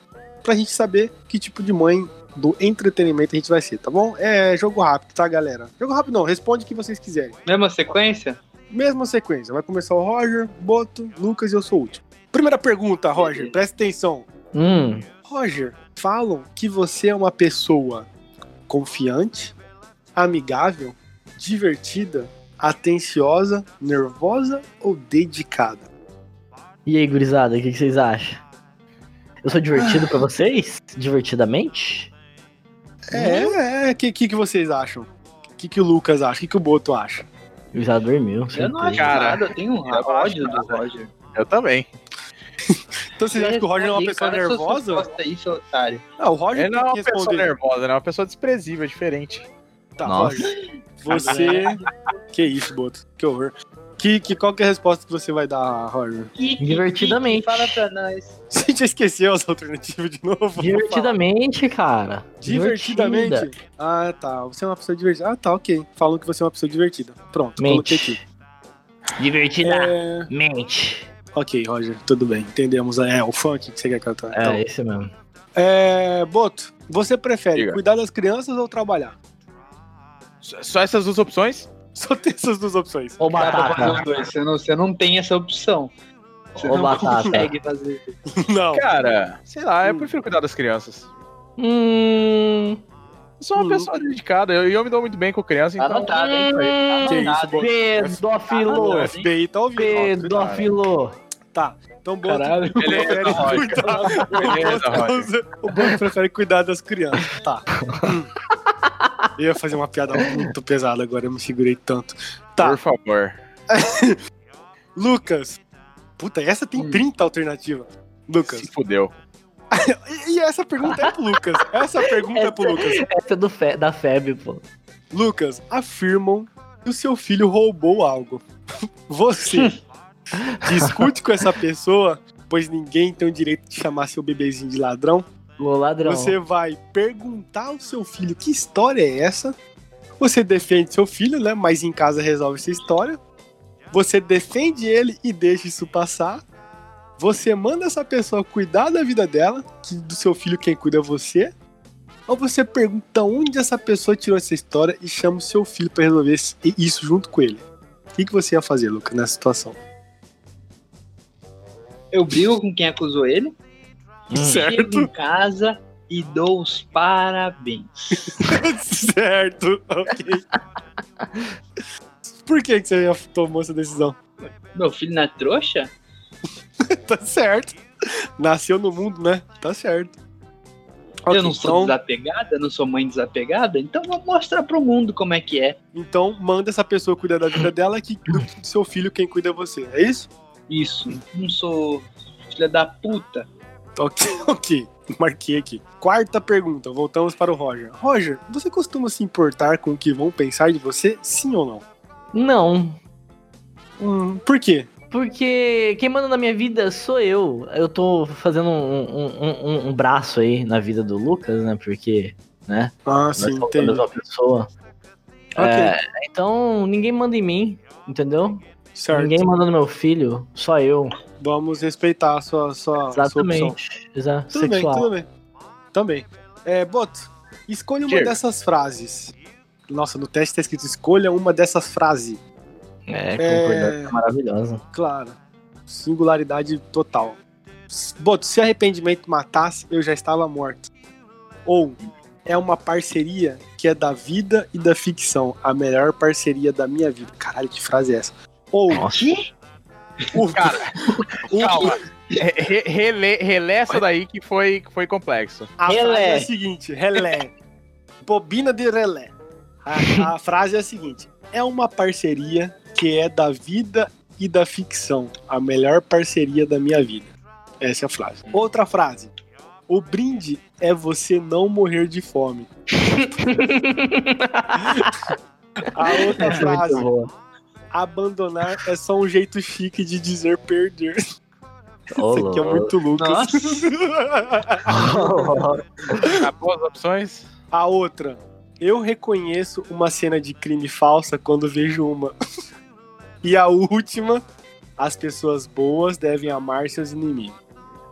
S2: pra gente saber que tipo de mãe do entretenimento a gente vai ser, tá bom? É jogo rápido, tá, galera? Jogo rápido não, responde o que vocês quiserem.
S5: Mesma sequência?
S2: Mesma sequência, vai começar o Roger, Boto, Lucas e eu sou o último. Primeira pergunta, Roger,
S5: Beleza.
S2: presta atenção.
S3: Hum,
S2: Roger, falam que você é uma pessoa confiante, amigável, divertida, atenciosa, nervosa ou dedicada?
S3: e aí, gurizada, o que, que vocês acham? Eu sou divertido pra vocês? Divertidamente?
S4: Uhum.
S2: É, é, o que, que, que vocês acham? O que, que o Lucas acha? O que, que o Boto acha?
S3: Gurizada dormiu.
S5: Eu não
S3: certeza.
S5: acho
S4: Cara,
S5: nada, eu tenho um
S4: eu
S5: ódio
S4: acho
S5: do
S4: nada.
S5: Roger.
S4: Eu também.
S2: Então vocês acham que o Roger é uma
S5: Responde,
S2: pessoa
S5: cara, sua
S2: nervosa?
S5: resposta aí, seu otário.
S2: Ah, o Roger
S4: Ele não é
S2: tem
S4: uma
S2: que
S4: pessoa
S2: responder.
S4: nervosa, ele é uma pessoa desprezível, é diferente.
S2: Tá,
S3: Nossa.
S2: Roger. Você. que isso, Boto. Que horror. Que, que, qual que é a resposta que você vai dar, Roger?
S3: Divertidamente.
S5: Fala pra nós.
S2: Você já esqueceu as alternativas de novo?
S3: Divertidamente, cara.
S2: Divertidamente?
S3: Divertida.
S2: Ah, tá. Você é uma pessoa divertida. Ah, tá, ok. Falam que você é uma pessoa divertida. Pronto, coloquei aqui.
S3: Mente. Divertidamente.
S2: É... Ok, Roger, tudo bem. Entendemos. É o funk que você quer cantar.
S3: É,
S2: Então,
S3: esse mesmo.
S2: é, Boto, você prefere
S4: Diga.
S2: cuidar das crianças ou trabalhar?
S4: S- Só essas duas opções?
S2: Só tem essas duas opções.
S3: Ô,
S5: Cara,
S3: Batata.
S5: Tá, os dois, Você não, você não tem essa opção. Você
S3: Ô,
S5: não
S3: Batata.
S5: consegue fazer Tá isso.
S2: Não.
S4: Cara, sei lá, eu
S2: Hum.
S4: prefiro cuidar das crianças.
S3: Hum.
S4: Eu sou uma
S2: Hum.
S4: pessoa dedicada, eu, e eu me dou muito bem com criança, então...
S5: Anotado, hein? Foi
S2: Tá, Que isso,
S5: anotado, hein?
S3: Pedófilo!
S2: O FBI tá ouvindo.
S3: Pedófilo!
S2: Tá. Então, Boto,
S5: Caralho.
S4: Beleza, Roger. Beleza, Roger.
S2: O Boto prefere cuidar das crianças. Tá. Hum. Eu ia fazer uma piada muito pesada agora, eu me segurei tanto. Tá.
S4: Por favor.
S2: Lucas. Puta, essa tem 30 alternativas. Lucas.
S4: Se fudeu.
S2: E, e essa pergunta é pro Lucas. Essa pergunta é pro Lucas.
S3: Essa é do fe- da FEB, pô.
S2: Lucas, afirmam que o seu filho roubou algo. Você discute com essa pessoa, pois ninguém tem o direito de chamar seu bebezinho de ladrão.
S3: O ladrão.
S2: Você é vai perguntar ao seu filho que história é essa. Você defende seu filho, né? Mas em casa resolve essa história. Você defende ele e deixa isso passar. Você manda essa pessoa cuidar da vida dela, que do seu filho quem cuida é você. Ou você pergunta onde essa pessoa tirou essa história e chama o seu filho pra resolver esse- isso junto com ele. O que, que você ia fazer, Lucas, nessa situação?
S5: Eu brigo com quem acusou ele,
S3: Hum.
S5: chego em casa e dou os parabéns.
S2: certo, ok. Por que, que você ia- tomou essa decisão?
S5: Meu filho na trouxa?
S2: Tá certo. Nasceu no mundo, né? Tá certo. Ok,
S5: eu não sou
S2: então,
S5: desapegada, eu não sou mãe desapegada, então vou mostrar pro mundo como é que é
S2: então manda essa pessoa cuidar da vida dela que do seu filho quem cuida é você. É isso?
S5: isso. Não sou filha da puta.
S2: Ok, ok. Marquei aqui. Quarta pergunta, voltamos para o Roger. Roger, você costuma se importar com o que vão pensar de você, sim ou não?
S3: Não.
S2: Hum, por quê?
S3: Porque quem manda na minha vida sou eu. Eu tô fazendo um, um- um- um- um braço aí na vida do Lucas, né? Porque
S2: Ah,
S3: nós
S2: sim,
S3: somos a
S2: entendi.
S3: mesma pessoa.
S2: Ok,
S3: É, então, ninguém manda em mim, entendeu?
S2: certo.
S3: Ninguém manda no meu filho, só eu.
S2: Vamos respeitar a sua, sua, sua Ah, opção.
S3: Exatamente. Exato.
S2: Tudo bem,
S3: Sexual.
S2: tudo bem. Também. É, Boto, escolha uma
S4: Diga.
S2: dessas frases. Nossa, no teste tá escrito escolha uma dessas frases.
S3: É,
S2: É.
S3: concordância maravilhosa.
S2: Claro. Singularidade total. Boto, se arrependimento matasse, eu já estava morto. Ou é uma parceria que é da vida e da ficção. A melhor parceria da minha vida. Caralho, que frase é essa? Ou
S3: Nossa.
S2: o,
S4: Cara,
S2: o-
S4: calma. Re- re- Relê, relê essa daí que foi, que foi complexo.
S2: A frase
S3: Relé.
S2: é a seguinte: relé. Bobina de relé. A, a frase é a seguinte: é uma parceria que é da vida e da ficção. A melhor parceria da minha vida. Essa é a frase. Outra frase. O brinde é você não morrer de fome. A outra
S3: Essa é muito
S2: frase,
S3: boa.
S2: abandonar é só um jeito chique de dizer perder.
S3: Ô,
S2: Isso aqui é muito Lucas.
S3: louco.
S4: Acabou as opções?
S2: A outra. Eu reconheço uma cena de crime falsa quando vejo uma. e a última. As pessoas boas devem amar seus inimigos.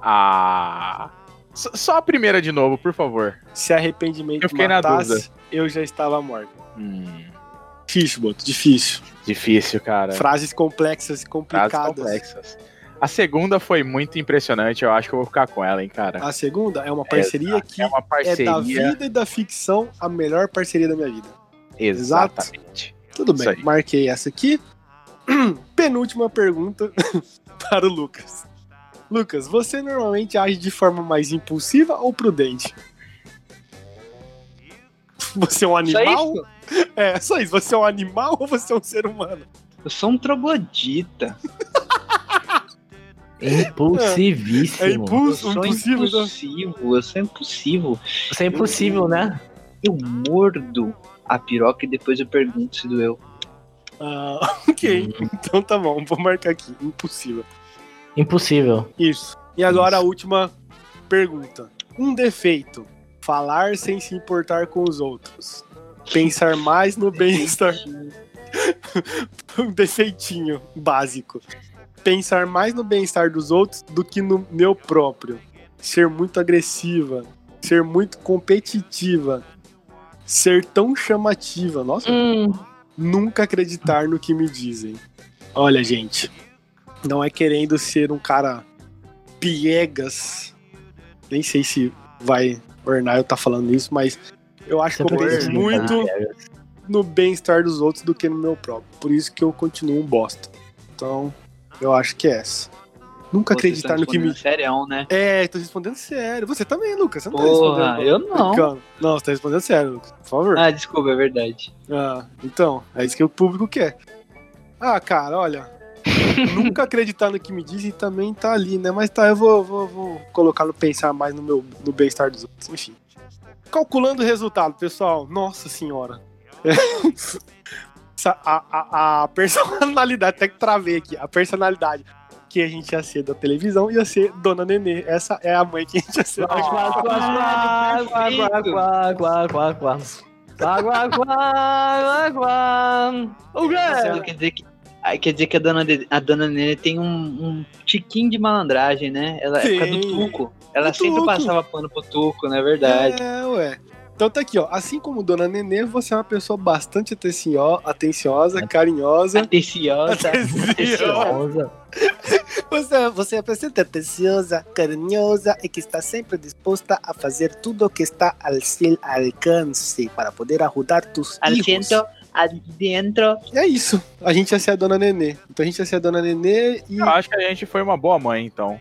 S4: Ah. S- Só a primeira de novo, por favor.
S2: Se arrependimento
S4: Eu fiquei na
S2: matasse, eu já estava morto.
S4: Hum,
S2: Difícil, Boto, difícil.
S4: difícil, cara.
S2: Frases complexas e
S4: É. Frases
S2: complicadas.
S4: complexas. A segunda foi muito impressionante, eu acho que eu vou ficar com ela, hein, cara.
S2: A segunda é uma parceria que
S4: né? é uma
S2: é da
S4: parceria.
S2: vida e da ficção a melhor parceria da minha vida. exato.
S4: exatamente.
S2: Tudo
S4: Isso
S2: bem,
S4: aí.
S2: marquei essa aqui. Penúltima pergunta para o Lucas. Lucas, você normalmente age de forma mais impulsiva ou prudente? Você é um
S5: Só
S2: animal?
S5: isso?
S2: É, só isso. Você é um animal ou você é um ser humano?
S5: Eu sou um troglodita.
S2: É
S3: Impulsivíssimo.
S5: Eu
S2: impulso,
S5: sou
S2: impulsivo. então.
S5: impulsivo, eu sou impulsivo.
S3: Isso é impossível, né?
S5: Eu mordo a piroca e depois eu pergunto se doeu.
S2: Ah,
S4: Uhum.
S2: ok, então tá bom, vou marcar aqui. Impossível.
S3: Impossível.
S2: Isso. E agora a última pergunta. Um defeito. Falar sem se importar com os outros. Pensar mais no bem-estar. Um defeitinho básico. Pensar mais no bem-estar dos outros do que no meu próprio. Ser muito agressiva. Ser muito competitiva. Ser tão chamativa. Nossa,
S3: Hum,
S2: nunca acreditar no que me dizem. Olha, gente, não é querendo ser um cara piegas. Nem sei se vai ornar eu tá falando isso, mas eu acho
S5: tá
S2: que eu
S3: Sempre
S2: penso
S3: tem
S2: muito
S3: cara.
S2: no bem-estar dos outros do que no meu próprio. Por isso que eu continuo um bosta. Então, eu acho que é essa. Nunca
S5: Vocês
S2: acreditar
S5: estão
S2: no que me.
S5: tá respondendo Serião, né?
S2: É, tô respondendo sério. Você também, Lucas. Você não tá
S5: Porra,
S2: respondendo.
S5: eu não.
S2: brincando. Não, você tá respondendo sério, Lucas. Por favor.
S5: Ah, desculpa, é verdade.
S2: Ah, então, é isso que o público quer. Ah, cara, olha. nunca acreditar no que me dizem também tá ali, né? Mas tá, eu vou, vou, vou colocar no pensar mais no meu no bem-estar dos outros. Enfim. Calculando o resultado, pessoal. Nossa senhora. Essa- a, a- a personalidade, até que travei aqui. A personalidade que a gente ia ser da televisão ia ser Dona Nenê. Essa é a mãe que a gente ia ser.
S3: Quá, quá, quá, quá, quá, quá, quá, quá, quá. Quá, quá, quá, quá, quá. O
S5: Então,
S3: quê?
S5: quer dizer que, ah, quer dizer que a dona, de- a dona Nenê tem um, um tiquinho de malandragem, né? Ela é por causa do
S2: Sim.
S5: Tuco. Ela
S2: Do
S5: sempre
S2: Tuco.
S5: passava pano pro Tuco, não é verdade?
S2: É, ué. Então tá aqui, ó. Assim como Dona Nenê, você é uma pessoa bastante atencio- atenciosa, carinhosa.
S5: Atenciosa.
S2: É. Atenciosa. Você, você é uma pessoa atenciosa, carinhosa e que está sempre disposta a fazer tudo o que está ao seu alcance para poder ajudar tus
S5: Al
S2: hijos.
S5: centro, adentro.
S2: E é isso. A gente ia ser a Dona Nenê. Então a gente ia ser a Dona Nenê e...
S5: Ah,
S4: Eu acho que a gente foi uma boa mãe, então.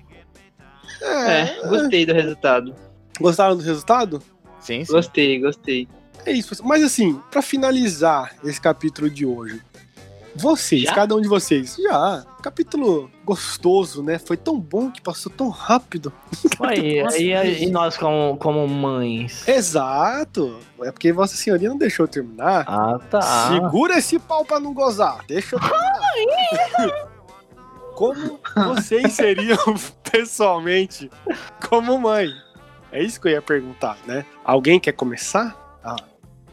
S5: É, gostei do resultado.
S2: Gostaram do resultado?
S4: Sim, sim.
S5: Gostei, gostei.
S2: É isso. pessoal. Mas assim, pra finalizar esse capítulo de hoje, vocês,
S5: Já?
S2: cada um de vocês, já. Capítulo gostoso, né? Foi tão bom que passou tão rápido.
S3: Aí, aí, e nós como, como mães?
S2: É Exato. É porque Vossa Senhoria não deixou eu terminar.
S3: Ah, tá.
S2: Segura esse pau pra não gozar. Deixa eu terminar. Como vocês seriam pessoalmente como mãe? É isso que eu ia perguntar, né? Alguém quer começar? Ah,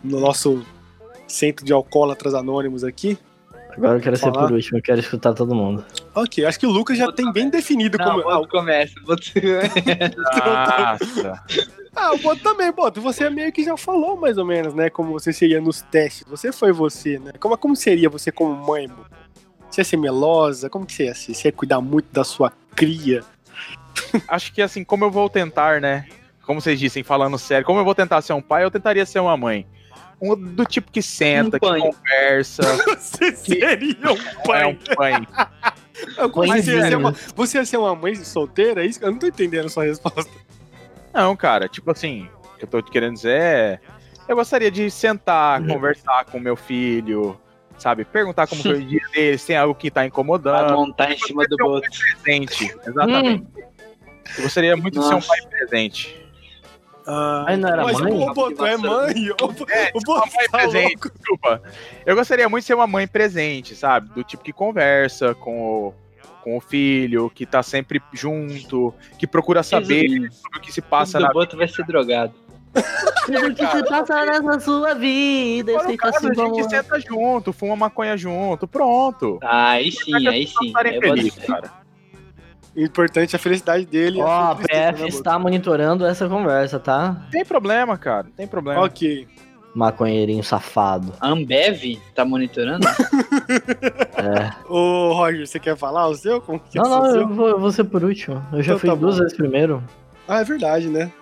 S2: no nosso centro de alcoólatras anônimos aqui.
S3: Agora eu quero ser
S2: Falar.
S3: por último, eu quero escutar todo mundo.
S2: Ok, acho que o Lucas já
S5: Vou
S2: tem bem definido
S5: Não,
S2: como.
S5: outro começa. outro-
S4: Nossa.
S2: Ah, o Boto também, Boto. Você meio que já falou mais ou menos, né? Como você seria nos testes. Você foi você, né? Como, como seria você como mãe, Boto? Você ia ser melosa? Como que você ia ser? Você ia cuidar muito da sua cria?
S4: acho que assim, como eu vou tentar, né? Como vocês dissem, falando sério, como eu vou tentar ser um pai, eu tentaria ser uma mãe. Um do tipo que senta,
S5: Um pai.
S4: que conversa,
S2: Você seria um
S4: é um
S2: pai.
S4: pai.
S2: Mas você, ia ser
S3: Mãezinha.
S2: uma, você ia ser uma mãe solteira? É isso? que- Eu não tô entendendo a sua resposta.
S4: Não, cara, tipo assim, o que eu tô querendo dizer é. Eu gostaria de sentar, conversar com meu filho, sabe? Perguntar como foi o dia dele, se tem algo que tá
S5: Pra
S4: incomodando.
S5: montar em cima do boto.
S4: Presente. Exatamente. Eu gostaria muito de ser um
S5: Nossa.
S4: pai presente.
S3: Mas não era
S2: Mas
S3: mãe?
S2: o Boto é mãe? O, Bo- o Boto
S4: mãe
S2: tá
S4: Um presente.
S2: louco.
S4: Desculpa. Eu gostaria muito de ser uma mãe presente, sabe? Do tipo que conversa com o, com o filho, que tá sempre junto, que procura saber sobre o que se um passa
S5: do
S4: na
S5: boto vai ser drogado.
S3: Tudo que se passa nessa sua vida,
S4: Fora o um caso, a
S3: assim como
S4: gente senta junto, fuma maconha junto, pronto.
S5: Aí sim, aí
S4: Vocês
S5: sim.
S4: estarem
S5: É
S4: felizes,
S5: boto-
S4: cara.
S2: O importante é a felicidade dele. e a
S3: Ó,
S2: sua
S3: a
S2: tristeza né, na
S3: PF
S2: boca.
S3: é, está monitorando essa conversa, tá?
S4: Tem problema, cara. Tem problema.
S2: Ok.
S3: Maconheirinho safado.
S5: A Ambev tá monitorando?
S3: É.
S2: Ô, Roger, você quer falar o seu? Como que
S3: Não,
S2: é o
S3: não,
S2: seu?
S3: eu vou, eu vou ser por último. Eu já
S2: Então
S3: fui
S2: tá
S3: duas
S2: bom.
S3: vezes primeiro.
S2: Ah, é verdade, né?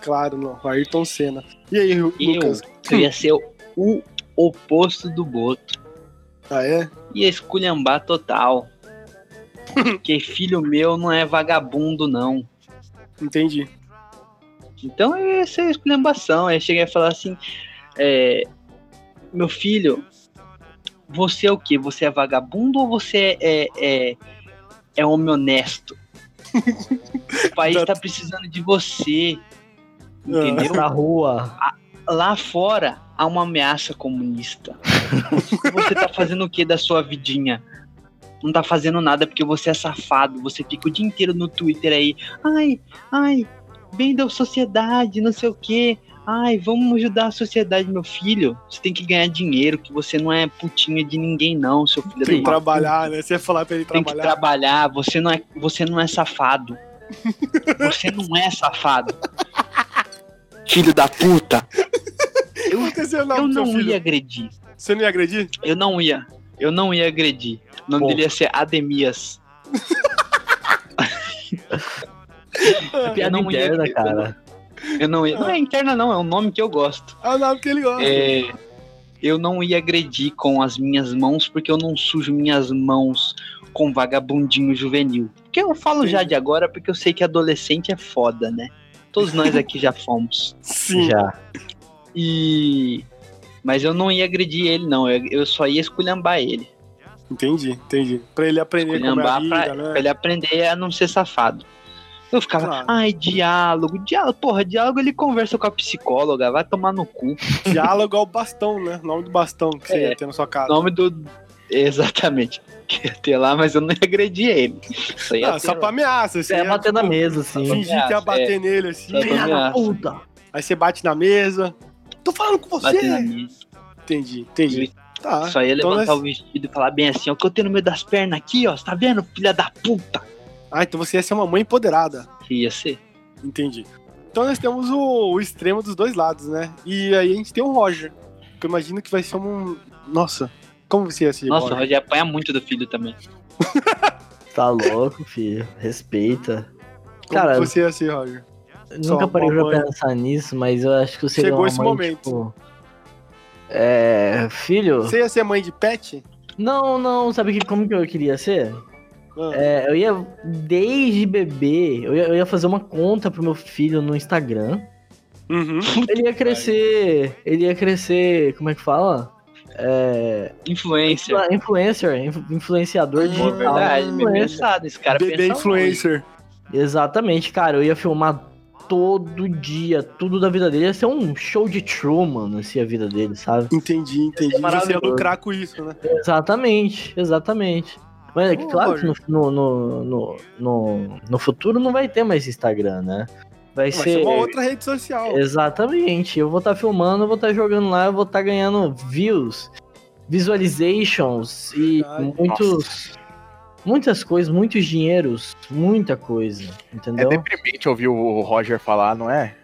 S2: Claro, não. O Ayrton Senna. E aí, Ru-
S5: Eu.
S2: Lucas?
S5: Eu ia ser o, o oposto do Boto.
S2: Ah, é?
S5: Ia esculhambar total. Porque filho meu não é vagabundo, não.
S2: Entendi.
S5: Então essa é a esculhambação. Aí cheguei a falar assim: é, Meu filho, você é o quê? Você é vagabundo ou você é, é, é homem honesto? O país tá precisando de você. Entendeu?
S3: Pra rua.
S2: Ah,
S5: Lá fora há uma ameaça comunista. Você tá fazendo o que da sua vidinha? Não tá fazendo nada porque você é safado. Você fica o dia inteiro no Twitter aí. Ai, ai, bem da sociedade, não sei o quê. Ai, vamos ajudar a sociedade, meu filho. Você tem que ganhar dinheiro, que você não é putinha de ninguém, não, seu filho.
S2: Tem que
S5: da uma
S2: trabalhar, né? Você ia falar pra ele
S5: tem que
S2: trabalhar.
S5: trabalhar, você não é, você não é safado. Você não é safado. Filho da puta. Eu,
S2: Esqueceu o
S5: eu
S2: nome do seu
S5: não
S2: filho.
S5: ia agredir.
S2: Você não ia agredir?
S5: Eu não ia. Eu não ia agredir. O nome
S2: Bom.
S5: dele ia ser Ademias.
S3: Piada
S5: não ia
S3: interna,
S5: acreditar.
S3: cara.
S5: Eu não ia. Não é interna, não, é um nome que eu gosto.
S2: Ah, não, porque ele gosta.
S5: É, eu não ia agredir com as minhas mãos, porque eu não sujo minhas mãos com vagabundinho juvenil. Porque eu falo já de agora, porque eu sei que adolescente é foda, né? Todos nós aqui já fomos.
S2: Sim.
S3: Já.
S5: E. Mas eu não ia agredir ele, não. Eu, eu só ia esculhambar ele.
S2: Entendi, entendi. Pra ele aprender como é a
S5: Esculhambar
S2: vida,
S5: pra,
S2: né?
S5: pra ele aprender a não ser safado. Eu ficava,
S2: Claro.
S5: ai, diálogo, diálogo. Porra, diálogo ele conversa com a psicóloga, vai tomar no cu.
S2: Diálogo é o bastão, né? O nome do bastão que você
S5: É.
S2: ia ter na sua casa.
S5: O nome do. Exatamente. Que ia ter lá, mas eu não ia agredir ele. Só ia
S2: Ah,
S5: ter
S2: só
S5: lá.
S2: pra ameaça. Você
S5: É,
S3: Você ia
S2: ia,
S3: bater na
S2: tipo,
S3: mesa, assim.
S2: Fingir que ia
S5: Ameaça,
S2: bater
S5: é.
S2: nele, assim.
S5: Só pra
S3: Filha da
S5: ameaça.
S3: puta.
S2: Aí você bate na mesa. Tô falando com você.
S5: um Bater na mesa.
S2: Entendi, entendi. Tá.
S5: só ia
S2: então
S5: levantar
S2: nós-
S5: o vestido e falar bem assim: ó, o que eu tenho no meio das pernas aqui, ó, você tá vendo, filha da puta?
S2: Ah, então você ia ser uma mãe empoderada.
S5: Que ia ser.
S2: Entendi. Então nós temos o, o extremo dos dois lados, né? E aí a gente tem o Roger. Que eu imagino que vai ser um. Nossa, como você ia ser?
S5: Nossa, o
S2: Roger?
S5: Roger apanha muito do filho também.
S3: Tá louco, filho. Respeita.
S2: Como
S3: Cara,
S2: você ia ser, Roger?
S3: nunca parei pra
S2: mamãe.
S3: pensar nisso, mas eu acho que eu seria
S2: Chegou
S3: uma
S2: esse
S3: mãe,
S2: momento.
S3: tipo, É. Filho.
S2: Você ia ser mãe de pet?
S3: Não, não, sabe que, como que eu queria ser?
S2: Ah,
S3: É, eu ia, desde bebê, eu ia, eu ia fazer uma conta pro meu filho no Instagram.
S2: Uhum.
S3: Ele ia crescer, ele ia crescer, como é que fala? É,
S5: Influencer.
S3: influ- influencer, influ- influenciador
S5: Pô,
S3: digital.
S5: verdade, bem
S3: Influencer.
S5: pensado. Esse cara
S2: Bebê
S5: pensa
S2: influencer.
S3: Exatamente, cara, eu ia filmar todo dia, tudo da vida dele. Ia ser um show de Truman, assim, a vida dele, sabe?
S2: Entendi, entendi. Você ia
S3: maravilhoso.
S2: lucrar com isso, né?
S3: Exatamente, exatamente. Mas é que,
S2: Ô,
S3: claro que no, no, no, no, no- no futuro não vai ter mais Instagram, né? Vai,
S2: Vai
S3: ser.
S2: ser é uma outra rede social.
S3: Exatamente. Eu vou estar filmando, eu vou estar jogando lá, eu vou estar ganhando views, visualizations e
S2: Verdade.
S3: muitos. Muitas coisas, muitos dinheiros, muita coisa,
S4: É
S3: entendeu?
S4: deprimente ouvir o Roger falar, não é?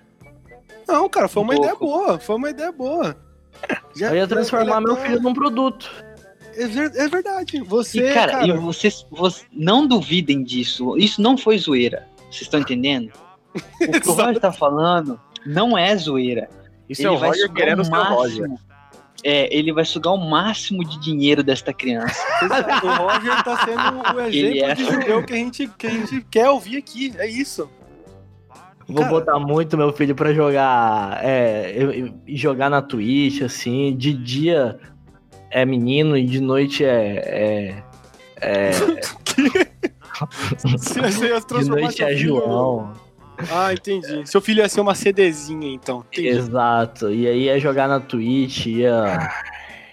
S2: Não, cara, foi uma
S5: Um
S2: ideia
S5: pouco.
S2: boa. Foi uma ideia boa. Já-
S3: Eu ia transformar
S2: olha,
S3: meu
S2: tá-
S3: filho num produto.
S2: É, ver- é verdade.
S5: E,
S2: Você,
S5: cara,
S2: cara.
S5: e vocês, vocês não duvidem disso. Isso não foi zoeira. Vocês estão entendendo? O que o Roger tá falando não é zoeira.
S4: Isso é o Roger querendo ser o Roger.
S5: É, ele vai sugar o máximo de dinheiro desta criança.
S2: Exato, O Roger tá sendo o exemplo
S5: é.
S2: de judeu que a, gente, que a gente quer ouvir aqui. É isso.
S3: Vou
S2: Cara.
S3: botar muito meu filho pra jogar. É, eu- eu- jogar na Twitch, assim. De
S2: Uhum.
S3: dia é menino e de noite é. é, é
S2: Você, você ia
S3: de
S2: transformar
S3: noite
S2: seu
S3: é
S2: filho-
S3: João.
S2: Ah, entendi. Seu filho ia ser uma CDzinha, então. Entendi.
S3: Exato. E aí ia jogar na Twitch, ia.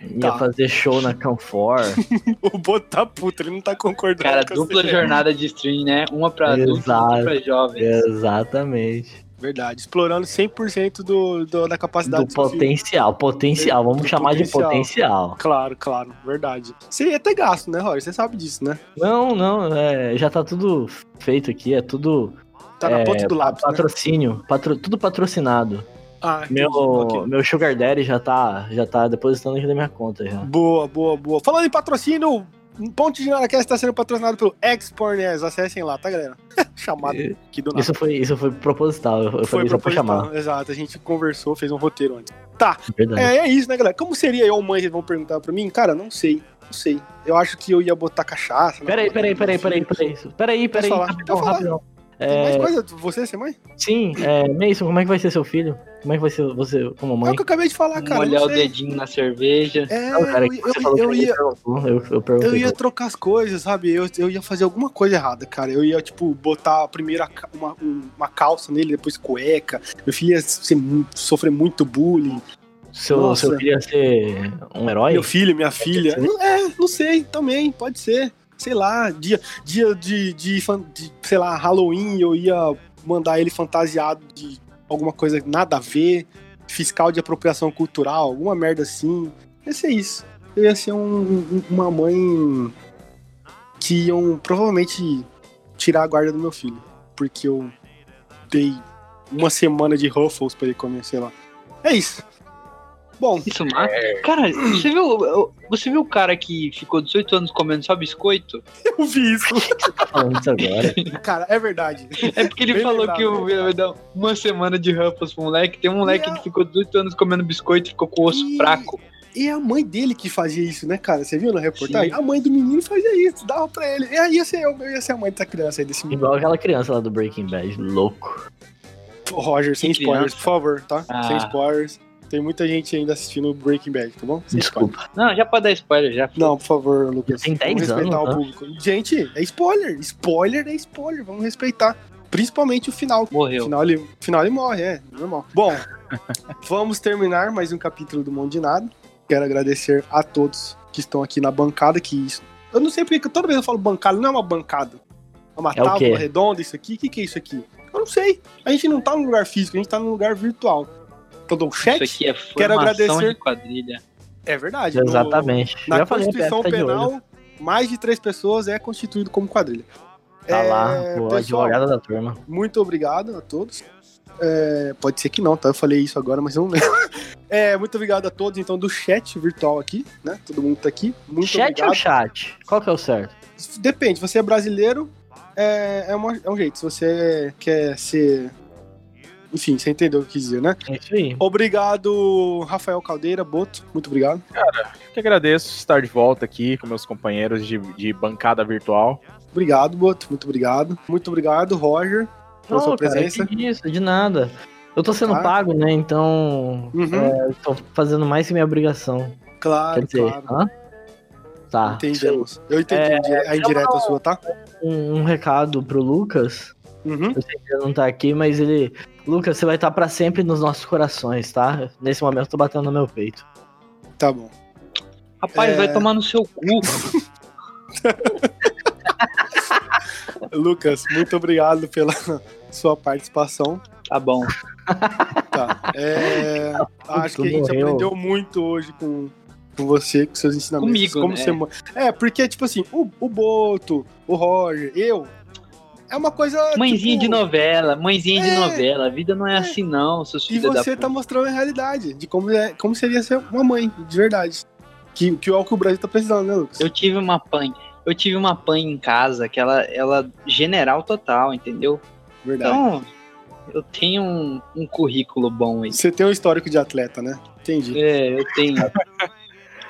S3: Ia
S2: Tá.
S3: fazer show na Canfor.
S2: O Boto tá puto, ele não tá concordando
S5: Cara,
S2: com
S5: dupla
S2: você.
S5: jornada de stream, né? Uma pra adulto,
S3: Exato.
S5: outra pra jovens.
S3: Exatamente.
S2: Verdade. Explorando 100% do, do, da capacidade
S3: do
S2: possível.
S3: potencial, potencial, vamos
S2: Do
S3: chamar de
S2: potencial.
S3: potencial.
S2: Claro, claro, verdade. Você ia ter gasto, né, Roger? Você sabe disso, né?
S3: Não, não, é, já tá tudo feito aqui, é tudo
S2: Tá na
S3: É,
S2: ponta do lápis, né?
S3: patrocínio, patro- tudo patrocinado.
S2: Ah, entendi,
S3: Meu,
S2: ok.
S3: meu Sugar Daddy já tá, já tá depositando aqui da minha conta já.
S2: Boa, boa, boa. Falando em patrocínio, um Ponte de Naracast está sendo patrocinado pelo Exporners. Acessem lá, tá, galera? Chamado aqui do nada.
S3: Isso foi, isso foi proposital, eu eu falei só pra
S2: proposital,
S3: chamar.
S2: Exato, a gente conversou, fez um roteiro antes.
S3: Verdade.
S2: É, é isso, né, galera? Como seria eu, mãe? Vocês vão perguntar pra mim? Cara, não sei. Não sei. Eu acho que eu ia botar cachaça. né?
S3: Peraí, peraí, peraí, peraí, peraí. Peraí, peraí,
S2: falar,
S3: rapidão,
S2: pode falar.
S3: rapidão.
S2: Tem mais
S3: É,
S2: coisa? Você, ser mãe?
S3: sim, é, Mason, como é que vai ser seu filho? Como é que vai ser você como
S2: É
S3: mãe?
S2: o que eu acabei de falar, cara.
S5: Um molhar
S2: não
S5: o
S2: sei.
S5: dedinho na cerveja.
S2: É,
S3: Não, cara,
S2: eu,
S3: que você
S2: eu-
S3: falou
S2: eu
S3: que
S2: ia,
S3: eu, eu, eu perguntei.
S2: eu ia trocar as coisas, sabe? Eu, eu ia fazer alguma coisa errada, cara. Eu ia, tipo, botar primeiro a ca- uma, um- uma calça nele, depois cueca. Meu filho ia ser mu- sofrer muito bullying.
S3: seu,
S2: Nossa.
S3: seu filho ia ser um herói?
S2: Meu filho, minha filha.
S3: ser.
S2: Não- É, não sei, também, pode ser. Sei lá, dia, dia de, de, fan- de, sei lá, Halloween, eu ia mandar ele fantasiado de alguma coisa nada a ver, fiscal de apropriação cultural, alguma merda assim. Ia ser isso. Eu ia ser um- um- uma mãe que iam provavelmente tirar a guarda do meu filho, porque eu dei uma semana de Ruffles pra ele comer, sei lá. É isso. Bom,
S5: Isso mata. Cara, você viu, você viu o cara que ficou 18 anos comendo só biscoito?
S2: eu vi isso.
S3: Tá falando isso agora.
S2: Cara, é verdade.
S5: É porque ele
S2: Bem
S5: falou
S2: lembrado,
S5: que eu
S2: bem
S5: ia dar uma semana de rampas pro moleque. Tem um moleque que ficou 18 anos comendo biscoito e ficou com o osso
S2: Ih.
S5: fraco.
S2: E é a mãe dele que fazia isso, né, cara? Você viu na reportagem?
S5: Sim.
S2: A mãe do menino fazia isso, dava pra ele. E aí ia ser eu, eu ia ser a mãe dessa criança aí, desse menino.
S3: Igual aquela criança lá do Breaking Bad, louco.
S2: Pô, Roger, sem
S5: Que
S2: spoilers,
S5: criança.
S2: por favor, tá?
S5: Ah.
S2: Sem spoilers. Tem muita gente ainda assistindo Breaking Bad, tá bom? Sem spoiler.
S3: Desculpa.
S5: Não, já pode dar spoiler, já.
S2: Não, por favor, Lucas.
S3: Tem 10
S2: Vamos respeitar
S3: anos,
S2: o público. Gente, é spoiler. Spoiler é spoiler. Vamos respeitar. Principalmente o final. No
S5: Morreu.
S2: final ele, final ele morre, é, normal. Bom, vamos terminar mais um capítulo do Mundo de Nada. Quero agradecer a todos que estão aqui na bancada, que isso. Eu não sei porque que toda vez eu falo bancada, não é uma bancada. É uma
S3: É o quê?
S2: tábua redonda, isso aqui. O que, que é isso aqui? Eu não sei. A gente não tá num lugar físico, a gente tá num lugar virtual. Então, o
S5: Isso
S2: chat
S5: aqui é formação
S2: agradecer-
S5: de quadrilha.
S2: é verdade. no-
S3: Exatamente.
S2: na
S3: Já falei,
S2: Constituição
S3: tá de olho.
S2: Penal, mais de três pessoas é constituído como quadrilha.
S3: Tá lá,
S2: É,
S3: o
S2: pessoal,
S3: advogado da turma.
S2: Muito obrigado a todos. É, pode ser que não, tá? Eu falei isso agora, mas eu não lembro. É, muito obrigado a todos, então, do chat virtual aqui, né? Todo mundo tá aqui. Muito
S3: chat ou
S2: obrigado.
S3: chat? Qual que é o certo?
S2: Depende, você é brasileiro, é, é, uma- é um jeito. Se você quer ser. Enfim, você entendeu o que eu quis dizer, né?
S3: É isso aí.
S2: Obrigado, Rafael Caldeira, Boto. Muito obrigado.
S4: Eu que agradeço estar de volta aqui com meus companheiros de, de bancada virtual.
S2: Obrigado, Boto. Muito obrigado. Muito obrigado, Roger, pela
S3: Não,
S2: sua
S3: cara,
S2: presença.
S3: que isso, de nada. Eu tô sendo
S2: Tá.
S3: pago, né? Então.
S2: Uhum.
S3: é, tô fazendo mais que minha obrigação.
S2: Claro,
S3: Quer dizer,
S2: Ah, claro.
S3: hã? Tá.
S2: Entendemos. Eu entendi
S3: é,
S2: a indireta sua, tá?
S3: Um, um recado pro Lucas.
S2: Uhum.
S3: Eu sei que ele não tá aqui, mas ele. Lucas, você vai estar pra sempre nos nossos corações, tá? Nesse momento eu tô batendo no meu peito.
S2: Tá bom.
S5: Rapaz,
S2: É.
S5: vai tomar no seu cu.
S2: Lucas, muito obrigado pela sua participação.
S5: Tá bom.
S2: Tá. É, acho que a gente
S3: morreu.
S2: aprendeu muito hoje com, com você, com seus ensinamentos.
S5: Comigo,
S2: como
S5: né?
S2: ser mãe. É, porque, tipo assim, o, o Boto, o Roger, eu. É uma coisa. tipo,
S5: Mãezinha de novela, mãezinha
S2: É.
S5: de novela. A vida não é assim, não, seus
S2: E
S5: filhos da
S2: você tá
S5: puta.
S2: mostrando a realidade de como, é, como seria ser uma mãe, de verdade. Que, que é o que o Brasil tá precisando, né, Lucas?
S5: Eu tive uma pan. Eu tive uma pan em casa que ela, ela general total, entendeu?
S2: Verdade.
S5: Então, eu tenho um, um currículo bom aí.
S2: Você tem um histórico de atleta, né? Entendi.
S5: É, eu tenho.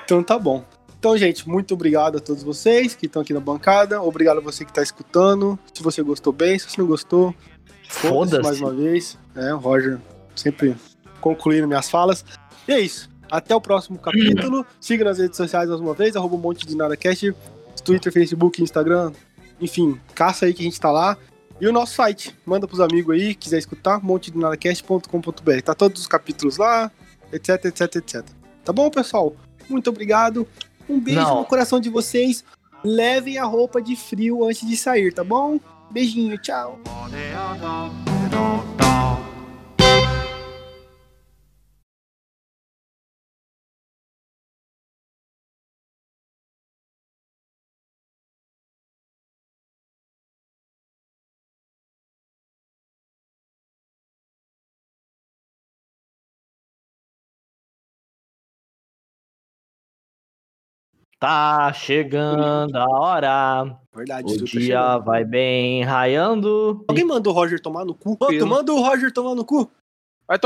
S2: Então tá bom. Então, gente, muito obrigado a todos vocês que estão aqui na bancada. Obrigado a você que tá escutando. Se você gostou bem, se você não gostou, foda-se mais
S3: Foda-se.
S2: uma vez. É, o Roger sempre concluindo minhas falas. E é isso. Até o próximo capítulo. Siga nas redes sociais mais uma vez, arroba um monte de NadaCast, Twitter, Facebook, Instagram. Enfim, caça aí que a gente tá lá. E o nosso site, manda pros amigos aí, quiser escutar, montedinadacast.com.br. Tá todos os capítulos lá, etc, etc, etc. Tá bom, pessoal? Muito obrigado. Um beijo
S3: Não.
S2: no coração de vocês. Levem a roupa de frio antes de sair, tá bom? Beijinho, tchau.
S6: Dum, dum, dum, dum, dum.
S3: Tá chegando a hora.
S2: Verdade,
S3: O
S2: Dutra
S3: dia
S2: chegou.
S3: vai bem raiando.
S2: Alguém mandou o Roger tomar no cu? Mano,
S5: Eu.
S2: manda o Roger tomar no cu.
S4: Vai tomar